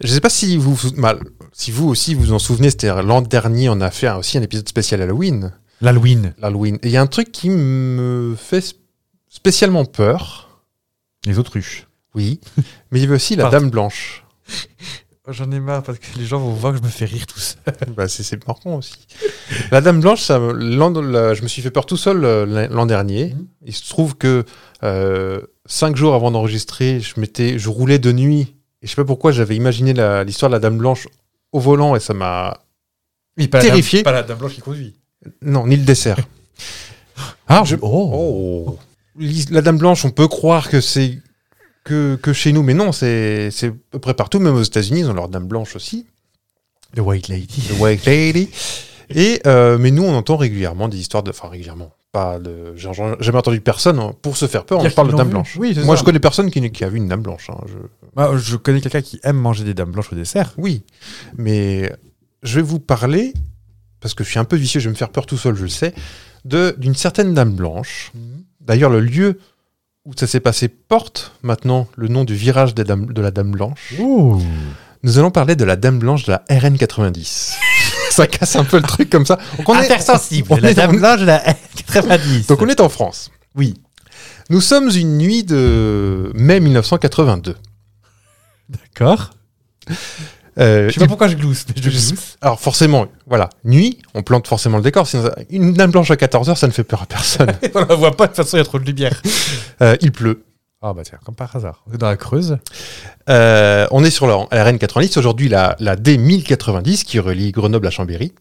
S2: Je sais pas si vous vous, mal, si vous aussi vous en souvenez, c'était l'an dernier, on a fait un- aussi un épisode spécial Halloween.
S3: L'Halloween.
S2: L'Halloween. Et il y a un truc qui me fait sp- spécialement peur.
S3: Les autruches.
S2: Oui. mais il y avait aussi la
S3: Pardon.
S2: Dame Blanche.
S3: Oh, J'en ai marre parce que les gens vont voir que je me fais rire tout seul.
S2: bah, c'est- c'est marrant aussi. La Dame Blanche, ça, me- l'an- la- je me suis fait peur tout seul euh, l'an l'an dernier.
S3: Mhm.
S2: Il se trouve que euh, cinq jours avant d'enregistrer, je, m'étais- je roulais de nuit. Et je sais pas pourquoi j'avais imaginé la- l'histoire de la Dame Blanche au volant et ça m'a
S3: Oui, pas
S2: Terrifié.
S3: La dame, pas la dame blanche qui conduit.
S2: Non, ni le dessert.
S5: Ah,
S2: Je-
S5: oh.
S2: Oh. L'is- La Dame Blanche, on peut croire que c'est que, que chez nous, mais non, c'est c'est à peu près partout, même aux États-Unis, ils ont leur Dame Blanche aussi,
S5: The White Lady.
S2: the White Lady. Et, euh, mais nous, on entend régulièrement des histoires de. Enfin, régulièrement. Pas de. J'ai j'ai jamais entendu personne, hein, pour se faire peur, on
S5: Dire
S2: parle
S5: qu'ils
S2: de
S5: l'ont
S2: Dame
S5: vu.
S2: Blanche.
S5: Oui, c'est
S2: Moi,
S5: ça.
S2: je connais personne qui, qui a vu une Dame Blanche. hein, je-
S3: Moi, Bah, je connais quelqu'un qui aime manger des dames blanches au dessert.
S2: Oui, mais je vais vous parler, parce que je suis un peu vicieux, je vais me faire peur tout seul, je le sais, de- d'une certaine dame blanche.
S3: Hmm.
S2: D'ailleurs, le lieu où ça s'est passé porte maintenant le nom du virage des dames- de la dame blanche. Nous allons parler de la dame blanche de la RN90. ça casse un peu le truc comme ça. Donc on, est,
S3: Intersensible.
S2: on est dans-
S3: blanche, la 90.
S2: donc on est en France.
S3: Oui.
S2: Nous sommes une nuit de mai 1982.
S3: D'accord.
S2: Euh,
S3: Je sais pas pourquoi je glousse, mais je
S2: Je sais-
S3: glousse.
S2: Alors forcément, voilà, nuit, on plante forcément le décor. sinon, une dame blanche à 14h, ça ne fait peur à personne.
S3: on la voit pas, de toute façon, il y a trop de lumière.
S2: Euh, il pleut.
S3: Ah bah tiens, comme par hasard. On est dans la Creuse.
S2: Euh, on est sur la, la Reine 90, aujourd'hui la, la D1090 qui relie Grenoble à Chambéry.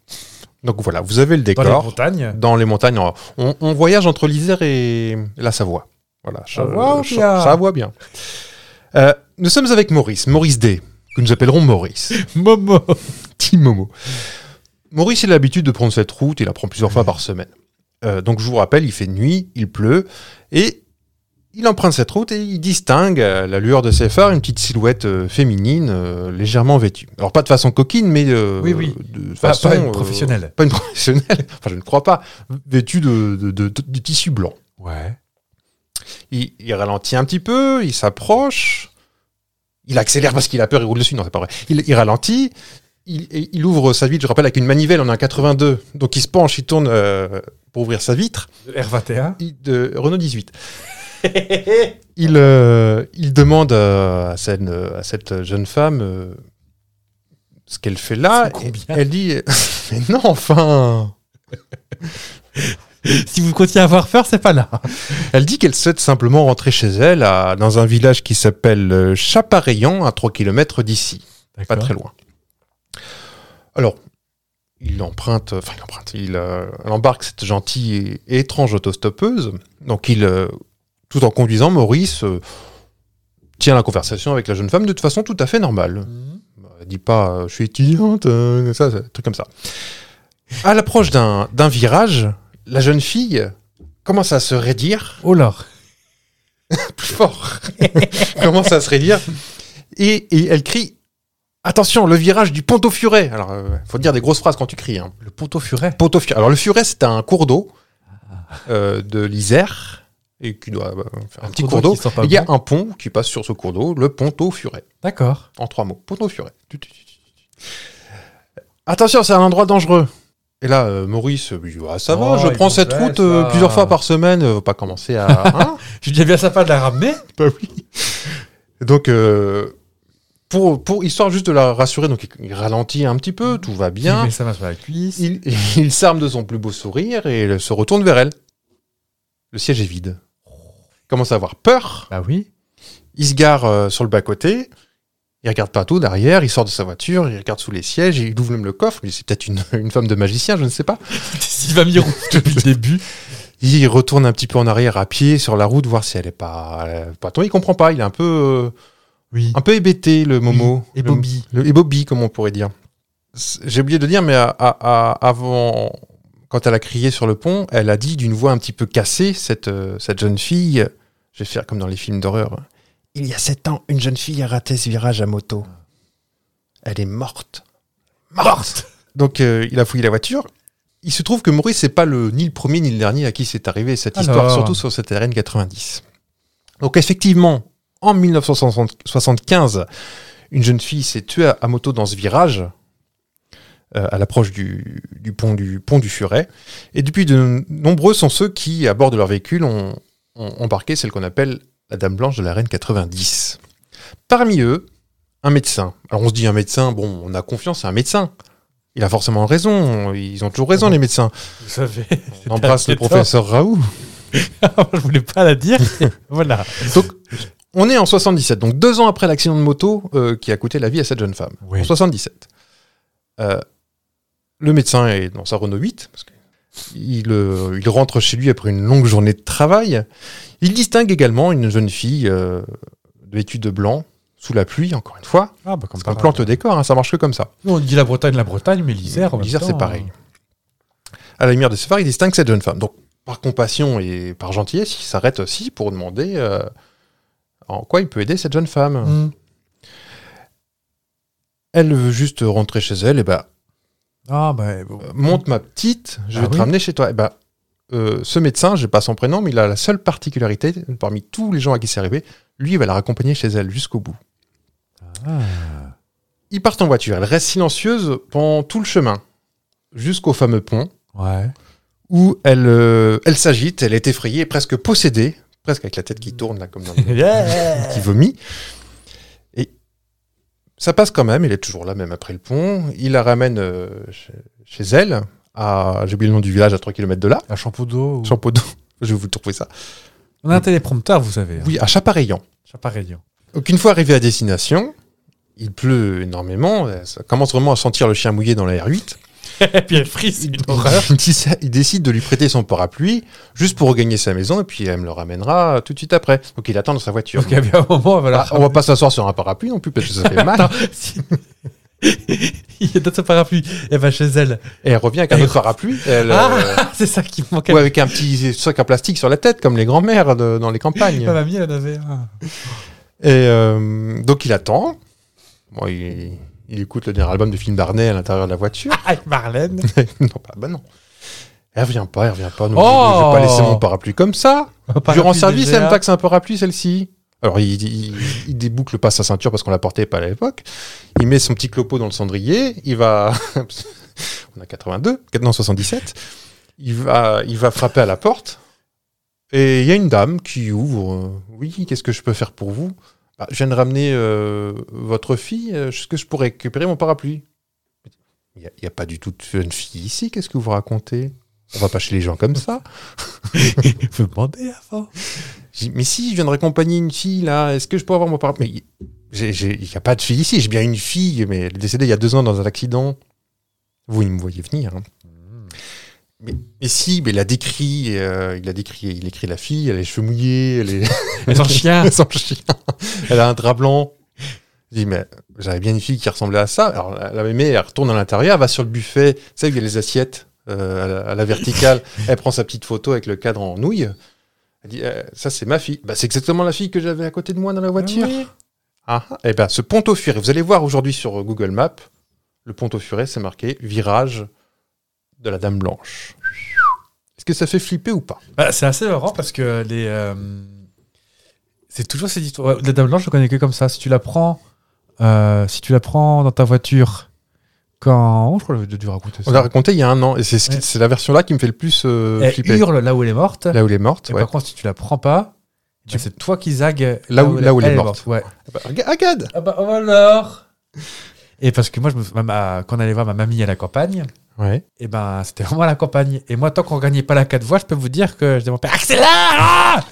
S2: Donc voilà, vous avez le
S3: Dans
S2: décor.
S3: les montagnes.
S2: Dans les montagnes, on, on- on voyage entre l'Isère et la Savoie. Voilà, Cha-
S3: Savoie ou
S2: Cha-
S3: bien
S2: Savoie bien. Euh, nous sommes avec Maurice, Maurice D, que nous appellerons Maurice.
S3: Momo.
S2: Petit Momo. Maurice, il a l'habitude de prendre cette route, il la prend plusieurs fois par semaine. Euh, donc je vous rappelle, il fait nuit, il pleut, et il emprunte cette route et il distingue euh, la lueur de ses phares une petite silhouette euh, féminine euh, légèrement vêtue. Alors pas de façon coquine, mais euh,
S3: Oui, oui.
S2: de
S3: Pas-
S2: façon
S3: pas une
S2: euh,
S3: professionnelle.
S2: pas une professionnelle. Enfin, je ne crois pas. Vêtue de, de, de- de- de tissu blanc.
S3: Ouais.
S2: Il, il ralentit un petit peu, il s'approche, il accélère parce qu'il a peur, il roule dessus. Non, c'est pas vrai. Il, il ralentit, il, et il ouvre sa vitre, je rappelle, avec une manivelle, on est en 82. Donc il se penche, il tourne euh, pour ouvrir sa vitre.
S3: R21.
S2: Il- de Renault 18. il, euh, il demande euh, à, cette, à cette jeune femme euh, ce qu'elle fait là.
S3: C'est combien
S2: Elle dit Mais non, enfin
S3: Si vous continuez à avoir peur, c'est pas là.
S2: Elle dit qu'elle souhaite simplement rentrer chez elle à- dans un village qui s'appelle euh, Chapareillan, à 3 km d'ici, pas très loin. Alors, il emprunte, enfin, il emprunte, il, euh, elle embarque cette gentille et étrange autostoppeuse. Donc, il, euh, tout en conduisant, Maurice euh, tient la conversation avec la jeune femme de toute façon tout à fait normale.
S3: Mmh.
S2: Elle dit pas euh, je suis étudiante, euh, ça, ça, un truc comme ça. À l'approche d'un d'un virage, la jeune fille commence à se raidir
S3: Oh là.
S2: plus fort. Comment ça serait dire et, et elle crie Attention, le virage du pont au furet. Alors, euh, faut dire des grosses phrases quand tu cries. Hein.
S3: Le ponto furet.
S2: Pont au furet. Alors, le furet, c'est un cours d'eau euh, de l'Isère et qui doit euh, faire un, petit cours d'eau.
S3: qui sent pas
S2: Il y a
S3: bon.
S2: un pont qui passe sur ce cours d'eau, le pont au furet.
S3: D'accord.
S2: En trois mots, pont au furet. Attention, c'est un endroit dangereux. Et là, euh, Maurice, lui, Ah, ça va,
S3: Oh,
S2: je
S3: il
S2: prends cette
S3: connaît
S2: route euh,
S3: ça.
S2: plusieurs fois par semaine, euh, faut pas commencer à. hein
S3: Je dis eh bien sympa de la ramener.
S2: Bah Donc, euh, pour, pour histoire juste de la rassurer, donc il, il ralentit un petit peu, tout va bien.
S3: Mais ça va sur la cuisse.
S2: Il, il s'arme de son plus beau sourire et il se retourne vers elle. Le siège est vide. Il Commence à avoir peur.
S3: Bah oui.
S2: Il se gare euh, sur le bas-côté. Il regarde partout derrière. Il sort de sa voiture. Il regarde sous les sièges. Il ouvre même le coffre. Mais c'est peut-être une, une femme de magicien, je ne sais pas.
S3: Sylvain Mirou depuis le début.
S2: Il retourne un petit peu en arrière à pied sur la route, voir si elle est pas, elle est pas tombée. Il comprend pas. Il est un peu. euh,
S3: Oui.
S2: un peu hébété, le Momo.
S3: Et
S2: Le-
S3: Bobby.
S2: le- et Bobby, comme on pourrait dire. C'est- J'ai oublié de dire, mais à- à- à- avant, quand elle a crié sur le pont, elle a dit d'une voix un petit peu cassée, cette, euh, cette jeune fille, je vais faire comme dans les films d'horreur, hein. il y a sept ans, une jeune fille a raté ce virage à moto. Elle est morte. Morte Donc euh, il a fouillé la voiture. Il se trouve que Maurice, c'est pas le, ni le premier ni le dernier à qui c'est arrivé cette histoire,
S3: Alors.
S2: surtout sur cette RN 90. Donc effectivement, en 1975, une jeune fille s'est tuée à, à moto dans ce virage, euh, à l'approche du, du pont du pont du Furet. Et depuis, de nombreux sont ceux qui, à bord de leur véhicule, ont, ont embarqué celle qu'on appelle la Dame Blanche de la Reine 90. Parmi eux, un médecin. Alors on se dit un médecin, bon, on a confiance, c'est un médecin. Il a forcément raison, ils ont toujours raison les médecins.
S3: Vous savez.
S2: On embrasse le
S3: inquiétant.
S2: professeur Raoult.
S3: je voulais pas la dire. voilà.
S2: Donc, on est en 77, donc deux ans après l'accident de moto euh, qui a coûté la vie à cette jeune femme.
S3: Oui.
S2: En 77. Euh, le médecin est dans sa Renault 8. Parce que Il, euh, il rentre chez lui après une longue journée de travail. Il distingue également une jeune fille euh, vêtue de blanc, sous la pluie, encore une fois.
S3: Ah, bah, comme
S2: Parce qu'on
S3: par
S2: plante le décor, hein, ça marche que comme ça.
S3: hasard. Nous, on dit la Bretagne, la Bretagne, mais l'Isère. en même
S2: L'Isère,
S3: temps,
S2: c'est pareil. À la lumière de ce phare, il distingue cette jeune femme. Donc, par compassion et par gentillesse, il s'arrête aussi pour demander euh, en quoi il peut aider cette jeune femme.
S3: euh, hmm.
S2: Elle veut juste rentrer chez elle, et bah,
S3: Ah, bah, bon.
S2: euh, monte ma petite, je
S3: Ah
S2: vais te
S3: oui.
S2: ramener chez toi. Et bah, euh, ce médecin, j'ai pas son prénom, mais il a la seule particularité parmi tous les gens à qui c'est arrivé, lui, il va la raccompagner chez elle jusqu'au bout.
S3: Ah.
S2: Ils partent en voiture, elle reste silencieuse pendant tout le chemin, jusqu'au fameux pont.
S3: Ouais.
S2: où elle, euh, elle s'agite, elle est effrayée, presque possédée, presque avec la tête qui tourne, là, comme dans le... qui vomit. Et ça passe quand même, il est toujours là, même après le pont. Il la ramène euh, chez, chez elle, à, j'ai oublié le nom du village, à 3 km de là,
S3: Un shampoo d'eau. ou-
S2: Champodo, je vais vous trouver ça.
S3: On a un téléprompteur, vous savez. hein.
S2: Oui, à Chapareillan.
S3: Chapareillan.
S2: Donc, une fois arrivé à destination, il pleut énormément, ça commence vraiment à sentir le chien mouillé dans la R8.
S3: Et puis elle frise, une
S2: Il décide- il décide de lui prêter son parapluie juste pour regagner sa maison et puis elle me le ramènera tout de suite après. Donc il attend dans sa voiture.
S3: Donc, il y a bien un moment, elle va la
S2: Ah, on va pas s'asseoir sur un parapluie non plus parce que ça fait mal.
S3: Si- Il y a dans son parapluie. Elle va chez elle.
S2: Et elle revient avec un
S3: Et-
S2: autre parapluie. Elle, euh,
S3: Ah, c'est ça qui me manquait.
S2: ou avec un petit sac en plastique sur la tête comme les grands-mères de- dans les campagnes.
S3: Ma mamie, elle en avait un.
S2: Et euh, donc il attend. Bon, il, il écoute le dernier album de Phil Barnet à l'intérieur de la voiture.
S3: Avec Marlène.
S2: non, pas bah non. Elle revient pas, elle revient pas. Donc,
S3: Oh
S2: je vais pas laisser mon parapluie comme ça. Durant
S3: Parapluie
S2: service,
S3: DGA.
S2: elle me taxe un parapluie, celle-ci. Alors, il, il, il déboucle pas sa ceinture parce qu'on la portait pas à l'époque. Il met son petit clopo dans le cendrier. Il va. On a 82, non, 77. Il va, il va frapper à la porte. Et il y a une dame qui ouvre. euh, Oui, qu'est-ce que je peux faire pour vous Bah, Je viens de ramener euh, votre fille. euh, Est-ce que je pourrais récupérer mon parapluie Il n'y a, il y a pas du tout de jeune fille ici. Qu'est-ce que vous racontez On va pas chez les gens comme ça.
S3: Il faut demander avant.
S2: J'ai dit, mais si, je viens de raccompagner une fille, là, est-ce que je peux avoir mon parapluie Mais il n'y a pas de fille ici, j'ai bien une fille, mais elle est décédée il y a deux ans dans un accident. Vous, il me voyez venir. hein. Mais, mais si, mais il a décrit, euh, il a décrit, il écrit la fille, elle a les cheveux mouillés, elle est
S3: Elle s'en chien.
S2: sans chien, elle a un drap blanc. J'ai dit, mais j'avais bien une fille qui ressemblait à ça. Alors, la, la mémé, elle retourne à l'intérieur, elle va sur le buffet, tu sais, où il y a les assiettes euh, à, la, à la verticale. elle prend sa petite photo avec le cadre en nouille. Elle dit, euh, ça, c'est ma fille. Bah, c'est exactement la fille que j'avais à côté de moi dans la voiture. Ah, ah. Eh ben, ce pont au furet, vous allez voir aujourd'hui sur euh, Google Maps, le pont au furet, c'est marqué virage de la Dame Blanche. Est-ce que ça fait flipper ou pas
S3: Bah, c'est assez marrant parce que les. euh, c'est toujours cette histoire. La Dame Blanche, je connais que comme ça. Si tu la prends, euh, si tu la prends dans ta voiture, quand. Oh, je crois que j'ai dû raconter
S2: On l'a
S3: ça.
S2: raconté il y a un an, et c'est ce qui-
S3: Ouais.
S2: c'est la version là qui me fait le plus euh,
S3: Elle
S2: flipper.
S3: hurle là où elle est morte.
S2: Là où elle est morte.
S3: Et
S2: ouais.
S3: par contre, si tu la prends pas, bah, c'est toi qui zague
S2: Là où- là où elle est morte.
S3: Ouais.
S2: Ah bah, rega- regarde
S3: Ah bah alors Et parce que moi, je me- ma- ma- quand on allait voir ma mamie à la campagne,
S2: ouais.
S3: et ben c'était vraiment à la campagne. Et moi, tant qu'on gagnait pas la 4 voies, je peux vous dire que je disais à mon père accélère ah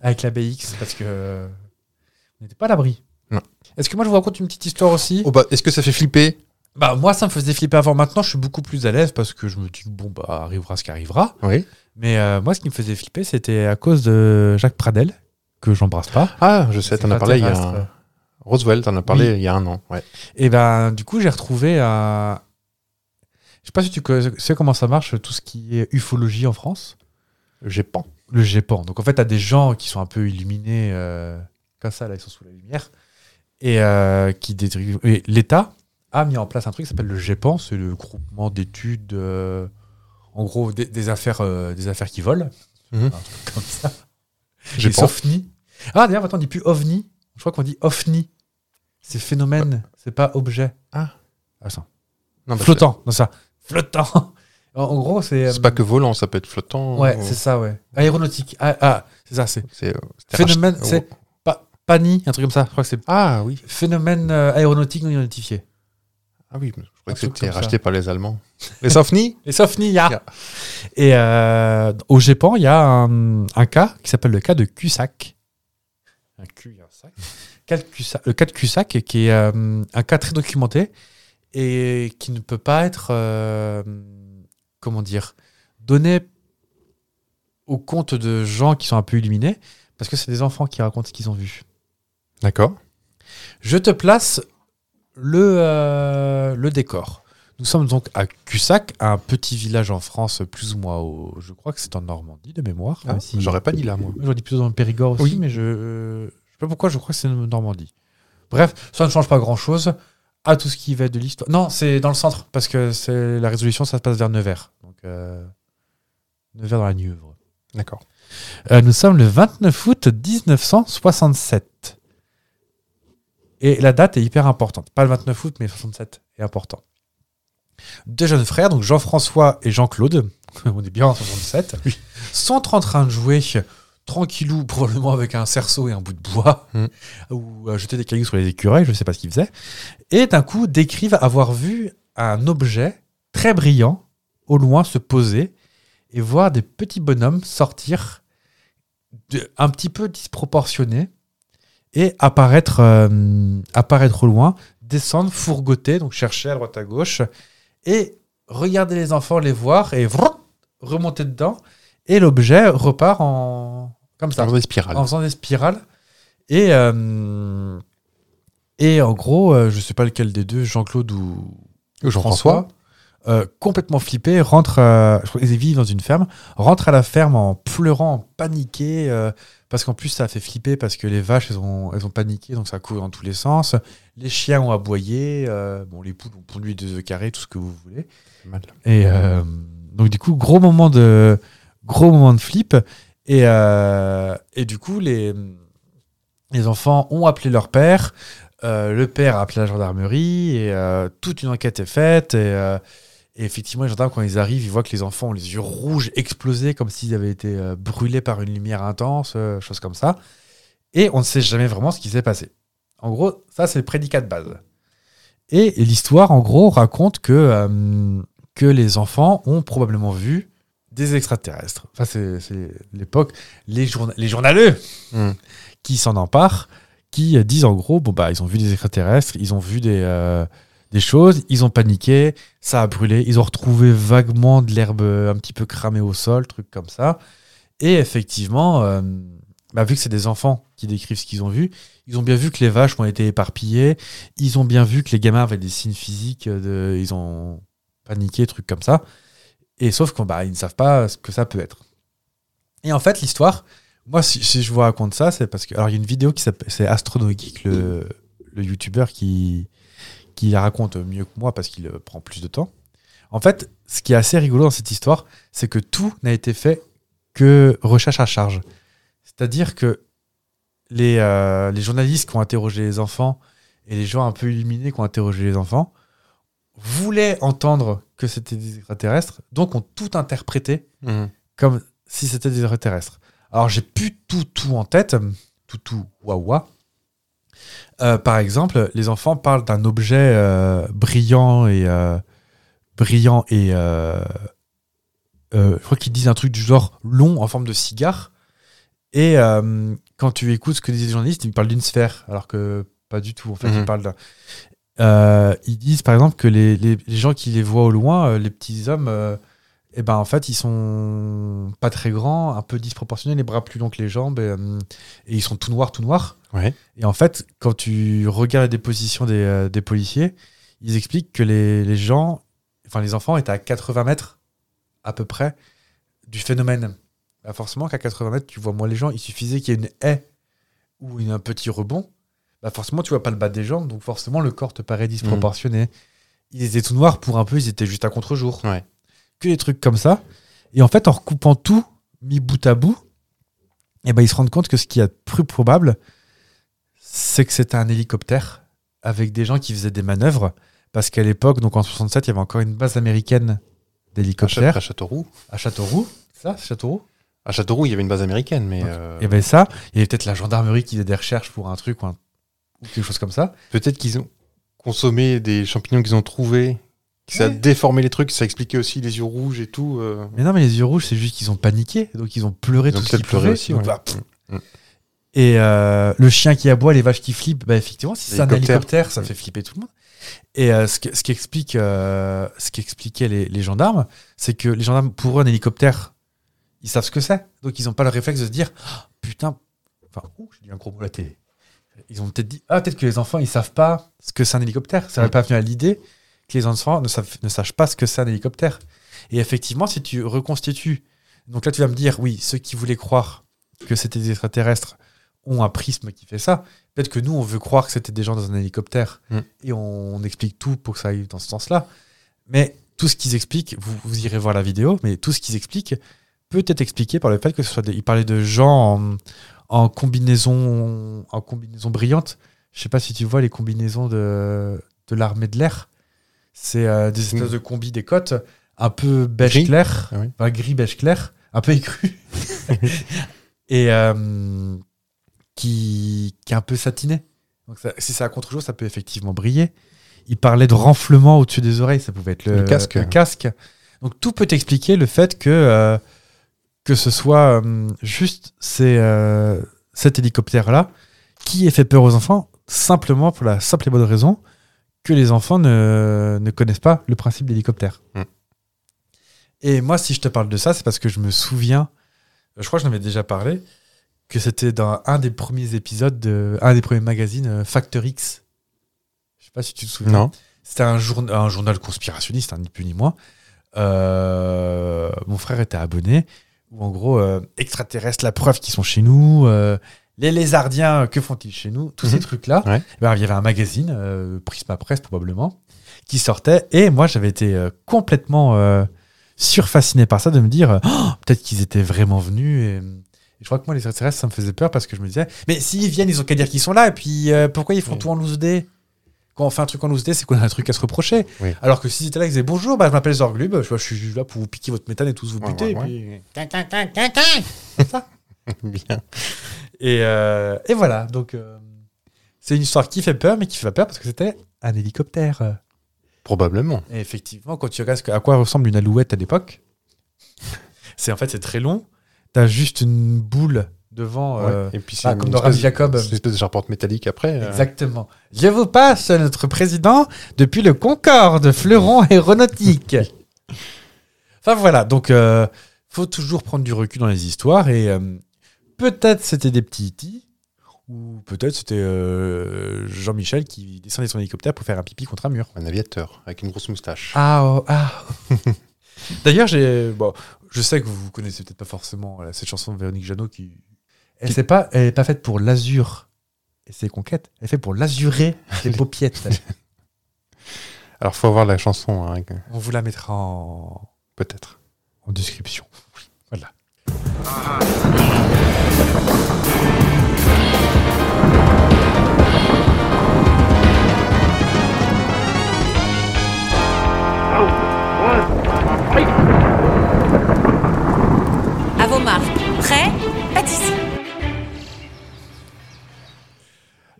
S3: avec la BX parce que euh, on n'était pas à l'abri.
S2: Non.
S3: Est-ce que moi je vous raconte une petite histoire aussi
S2: Oh bah, Est-ce que ça fait flipper
S3: Bah moi ça me faisait flipper avant. Maintenant je suis beaucoup plus à l'aise parce que je me dis bon bah arrivera ce qui arrivera.
S2: Oui.
S3: Mais euh, moi ce qui me faisait flipper c'était à cause de Jacques Pradel que j'embrasse pas.
S2: Ah, je sais, t'en as parlé il y
S3: Extraterrestre.
S2: a... Roswell, t'en as parlé il y a un an. Ouais.
S3: Et ben, du coup, j'ai retrouvé un. Je sais pas si tu co- sais comment ça marche, tout ce qui est ufologie en France.
S2: J'ai pas.
S3: Le GEPAN. Donc, en fait, t'as des gens qui sont un peu illuminés, euh, comme ça, là, ils sont sous la lumière, et euh, qui détruisent. et L'État a mis en place un truc qui s'appelle le GEPAN, c'est le groupement d'études, euh, en gros, des, des affaires, euh, des affaires qui volent.
S2: Mhm.
S3: Un truc comme ça.
S2: J'ai
S3: Les
S2: pas.
S3: OVNI. Ah, d'ailleurs, maintenant, on dit plus OVNI. Je crois qu'on dit OVNI. C'est phénomène, c'est pas objet.
S2: Ah.
S3: Attends.
S2: Non, bah,
S3: Flottant, non ça. Flottant. En, en gros, c'est.
S2: c'est-
S3: euh,
S2: C'est pas que volant, ça peut être flottant.
S3: Ouais,
S2: ou-
S3: c'est ça, ouais. Aéronautique. Ah, ah, c'est ça, c'est.
S2: c'est, euh, c'était
S3: Phénomène,
S2: racheté-
S3: c'est. Pa pani, un truc comme ça. Je crois que c'est.
S2: Ah oui.
S3: Phénomène euh, aéronautique non identifié.
S2: Ah oui, je croyais
S3: Un
S2: que
S3: truc
S2: c'était
S3: comme ça.
S2: racheté par les Allemands. Les ovnis
S3: Les Sofnia.
S2: Yeah.
S3: Et euh, au Japon, il y a un, un cas qui s'appelle le cas de Cusack. Un cul et un sac. Cas de Cusa- Le cas de Cusack, qui est euh, un cas très documenté et qui ne peut pas être, euh, comment dire, donner au compte de gens qui sont un peu illuminés, parce que c'est des enfants qui racontent ce qu'ils ont vu.
S2: D'accord.
S3: Je te place le, euh, le décor. Nous sommes donc à Cussac, un petit village en France, plus ou moins au. Je crois que c'est en Normandie, de mémoire.
S2: Ah,
S3: même si-
S2: J'aurais pas dit là, moi.
S3: J'aurais dit plutôt dans le Périgord aussi,
S2: Oui.
S3: mais je ne sais pas pourquoi, je crois que c'est en Normandie. Bref, ça ne change pas grand-chose à tout ce qui va de l'histoire. Non, c'est dans le centre, parce que c'est la résolution, ça se passe vers Nevers. Donc, euh, Nevers dans la Nièvre.
S2: D'accord.
S3: Euh, nous sommes le 29 août 1967. Et la date est hyper importante. Pas le 29 août, mais 67 est important. Deux jeunes frères, donc Jean-François et Jean-Claude, on est bien en 67, sont en train de jouer tranquillou, probablement avec un cerceau et un bout de bois,
S2: Mm.
S3: ou euh, jeter des cailloux sur les écureuils, je ne sais pas ce qu'ils faisaient. Et d'un coup, décrivent avoir vu un objet très brillant au loin se poser et voir des petits bonhommes sortir de- un petit peu disproportionnés et apparaître, euh, apparaître au loin, descendre, fourgoter, donc chercher à droite à gauche, et regarder les enfants, les voir, et vroom, remonter dedans, et l'objet repart en... comme ça
S2: Dans des spirales.
S3: en faisant des spirales. Et, euh, et en gros, euh, je sais pas lequel des deux, Jean-Claude ou
S2: Ou Jean-François.
S3: François, euh, complètement flippé, rentre, euh, je crois qu'ils vivent dans une ferme, rentre à la ferme en pleurant, en paniqué, euh, parce qu'en plus ça a fait flipper parce que les vaches elles ont, elles ont paniqué, donc ça court dans tous les sens. Les chiens ont aboyé, euh, bon, les poules ont pondu deux œufs carrés, tout ce que vous voulez.
S2: Mal.
S3: Et euh, donc du coup, gros moment de gros moment de flip. Et, euh, et du coup, les, les enfants ont appelé leur père. Euh, le père a appelé la gendarmerie et euh, toute une enquête est faite. Et, euh, et effectivement, les gendarmes, quand ils arrivent, ils voient que les enfants ont les yeux rouges explosés comme s'ils avaient été euh, brûlés par une lumière intense, euh, chose comme ça. Et on ne sait jamais vraiment ce qui s'est passé. En gros, ça, c'est le prédicat de base. Et l'histoire, en gros, raconte que euh, que les enfants ont probablement vu des extraterrestres. Enfin, c'est c'est l'époque, les, journa- les journaleux
S2: Mm.
S3: qui s'en emparent, qui euh, disent en gros, bon bah, ils ont vu des extraterrestres, ils ont vu des, euh, des choses, ils ont paniqué, ça a brûlé, ils ont retrouvé vaguement de l'herbe euh, un petit peu cramée au sol, truc comme ça. Et effectivement, euh, bah, vu que c'est des enfants qui décrivent ce qu'ils ont vu, ils ont bien vu que les vaches ont été éparpillées, ils ont bien vu que les gamins avaient des signes physiques, euh, de, ils ont paniquer, trucs comme ça. Et sauf qu'ils bah, ils ne savent pas ce que ça peut être. Et en fait, l'histoire, moi, si, si je vous raconte ça, c'est parce que. Alors, il y a une vidéo qui s'appelle. C'est Astrono Geek, le, le youtubeur qui, qui la raconte mieux que moi parce qu'il euh, prend plus de temps. En fait, ce qui est assez rigolo dans cette histoire, c'est que tout n'a été fait que recherche à charge. C'est-à-dire que les, euh, les journalistes qui ont interrogé les enfants et les gens un peu illuminés qui ont interrogé les enfants voulaient entendre que c'était des extraterrestres, donc ont tout interprété
S2: Mhm.
S3: comme si c'était des extraterrestres. Alors j'ai plus tout tout en tête, tout tout wawa. Euh, par exemple, les enfants parlent d'un objet euh, brillant et euh, brillant et euh, euh, je crois qu'ils disent un truc du genre long en forme de cigare. Et euh, quand tu écoutes ce que disent les journalistes, ils parlent d'une sphère, alors que pas du tout. En fait,
S2: Mhm.
S3: ils parlent d'un. Euh, ils disent par exemple que les, les- les gens qui les voient au loin, euh, les petits hommes, et ben en fait ils sont pas très grands, un peu disproportionnés, les bras plus longs que les jambes, et, euh, et ils sont tout noirs, tout noirs.
S2: Ouais.
S3: Et en fait, quand tu regardes la déposition des, euh, des policiers, ils expliquent que les, les gens, enfin les enfants étaient à 80 mètres à peu près du phénomène. Bah, forcément qu'à 80 mètres, tu vois moins les gens. Il suffisait qu'il y ait une haie ou une- un petit rebond. Bah, forcément, tu vois pas le bas des jambes, donc forcément le corps te paraît disproportionné. Ils étaient tout noirs pour un peu, ils étaient juste à contre-jour.
S2: Ouais.
S3: Que des trucs comme ça. Et en fait, en recoupant tout, mis bout à bout, eh ben, ils se rendent compte que ce qui est plus probable, c'est que c'était un hélicoptère avec des gens qui faisaient des manœuvres. Parce qu'à l'époque, donc en 67, il y avait encore une base américaine
S2: À, Cha-
S3: d'hélicoptères
S2: Mmh. à Châteauroux.
S3: à Châteauroux. Ça, c'est Châteauroux
S2: À Châteauroux, il y avait une base américaine, mais
S3: Ok. Eh ben.
S2: euh,
S3: Il y avait ça. Il y avait peut-être la gendarmerie qui faisait des recherches pour un truc ou, un- ou quelque chose comme ça.
S2: peut-être qu'ils ont consommé des champignons qu'ils ont trouvés. que Ça a déformé les trucs, ça expliquait aussi les yeux rouges et tout. euh.
S3: Mais non, mais les yeux rouges, c'est juste qu'ils ont paniqué. Donc ils ont pleuré
S2: Ils ont
S3: tout ce
S2: peut-être
S3: qu'ils
S2: pleuré
S3: pouvaient.
S2: aussi,
S3: Donc,
S2: ouais.
S3: bah, pff.
S2: Mm, mm.
S3: Et euh, le chien qui aboie, les vaches qui flippent, bah, effectivement, si c'est un
S2: Hélicoptère.
S3: hélicoptère, ça fait flipper tout le monde. Et euh, ce, que- ce qu'explique, euh, ce qu'expliquaient les, les gendarmes, c'est que les gendarmes, pour eux, un hélicoptère, ils savent ce que c'est. Donc, ils n'ont pas le réflexe de se dire Ah, Putain, enfin, ouh, j'ai dit un gros mot à la télé. Ils ont peut-être dit Ah, peut-être que les enfants, ils savent pas ce que c'est un hélicoptère. Ça
S2: Mm.
S3: n'est pas venu à l'idée que les enfants ne, savent- ne sachent pas ce que c'est un hélicoptère. Et effectivement, si tu reconstitues. Donc là, tu vas me dire Oui, ceux qui voulaient croire que c'était des extraterrestres ont un prisme qui fait ça. Peut-être que nous, on veut croire que c'était des gens dans un hélicoptère
S2: Mm.
S3: et on, on explique tout pour que ça aille dans ce sens-là. Mais tout ce qu'ils expliquent, vous, vous irez voir la vidéo, mais tout ce qu'ils expliquent peut être expliqué par le fait que ce soit des, ils parlaient de gens en, en combinaison en combinaison brillante. Je sais pas si tu vois les combinaisons de, de l'armée de l'air. C'est euh, des espèces
S2: Mm.
S3: de combis des côtes un peu beige
S2: Gris.
S3: clair,
S2: Ah oui.
S3: enfin gris beige clair, un peu écru. et euh, qui, qui est un peu satiné. Donc ça- si c'est à contre-jour, ça peut effectivement briller. Il parlait de renflement au-dessus des oreilles, ça pouvait être le,
S2: Le casque.
S3: casque. Donc tout peut expliquer le fait que, euh, que ce soit euh, juste ces, euh, cet hélicoptère-là qui ait fait peur aux enfants, simplement pour la simple et bonne raison que les enfants ne, ne connaissent pas le principe d'hélicoptère.
S2: Mm.
S3: Et moi, si je te parle de ça, c'est parce que je me souviens, euh, je crois que j'en avais déjà parlé, que c'était dans un des premiers épisodes, de, un des premiers magazines, euh, Factor X. Je sais pas si tu te souviens.
S2: Non.
S3: C'était un, journa- un journal conspirationniste, hein, ni plus ni moins. Euh, mon frère était abonné. Où en gros, euh, extraterrestres, la preuve qu'ils sont chez nous. euh, les lézardiens, euh, que font-ils chez nous Tous ces
S2: Mhm.
S3: trucs-là.
S2: Ouais.
S3: Eh ben, il y avait un magazine, euh, Prisma Presse probablement, qui sortait. Et moi, j'avais été euh, complètement euh, surfasciné par ça, de me dire euh, Oh, peut-être qu'ils étaient vraiment venus. Et, euh, je crois que moi, les extraterrestres, ça me faisait peur parce que je me disais Mais s'ils viennent, ils ont qu'à dire qu'ils sont là. Et puis, euh, pourquoi ils font
S2: Oui.
S3: tout en loose day Quand on fait un truc en loose day, c'est qu'on a un truc à se reprocher.
S2: Oui.
S3: Alors que s'ils étaient là, ils disaient Bonjour, bah, je m'appelle Zorglub, je, je suis là pour vous piquer votre méthane et tous vous
S2: Ouais,
S3: buter.
S2: ouais,
S3: et puis-
S2: Bien.
S3: Et, euh, et voilà, donc euh, c'est une histoire qui fait peur, mais qui fait pas peur parce que c'était un hélicoptère.
S2: Probablement.
S3: Et effectivement, quand tu regardes ce que- à quoi ressemble une alouette à l'époque, c'est en fait c'est très long. T'as juste une boule devant. euh,
S2: Ouais. Et puis
S3: ah,
S2: une
S3: comme dans Rabbi
S2: espèce-
S3: Jacob.
S2: C'est une espèce de charpente métallique après. euh,
S3: Exactement. Je vous passe notre président depuis le Concorde, fleuron aéronautique. enfin voilà, donc euh, faut toujours prendre du recul dans les histoires et euh, peut-être c'était des petits itis ou peut-être c'était euh, Jean-Michel qui descendait son hélicoptère pour faire un pipi contre un mur.
S2: Un aviateur avec une grosse moustache.
S3: Ah, oh, ah. D'ailleurs, j'ai bon, je sais que vous connaissez peut-être pas forcément voilà, cette chanson de Véronique Jeannot qui elle n'est pas elle est pas faite pour l'azur et ses conquêtes, elle est faite pour l'azurer ses paupiètes.
S2: Alors faut avoir la chanson, hein, que-
S3: On vous la mettra en,
S2: peut-être.
S3: en description. Voilà.
S6: À vos marques. Prêt Pâtisserie.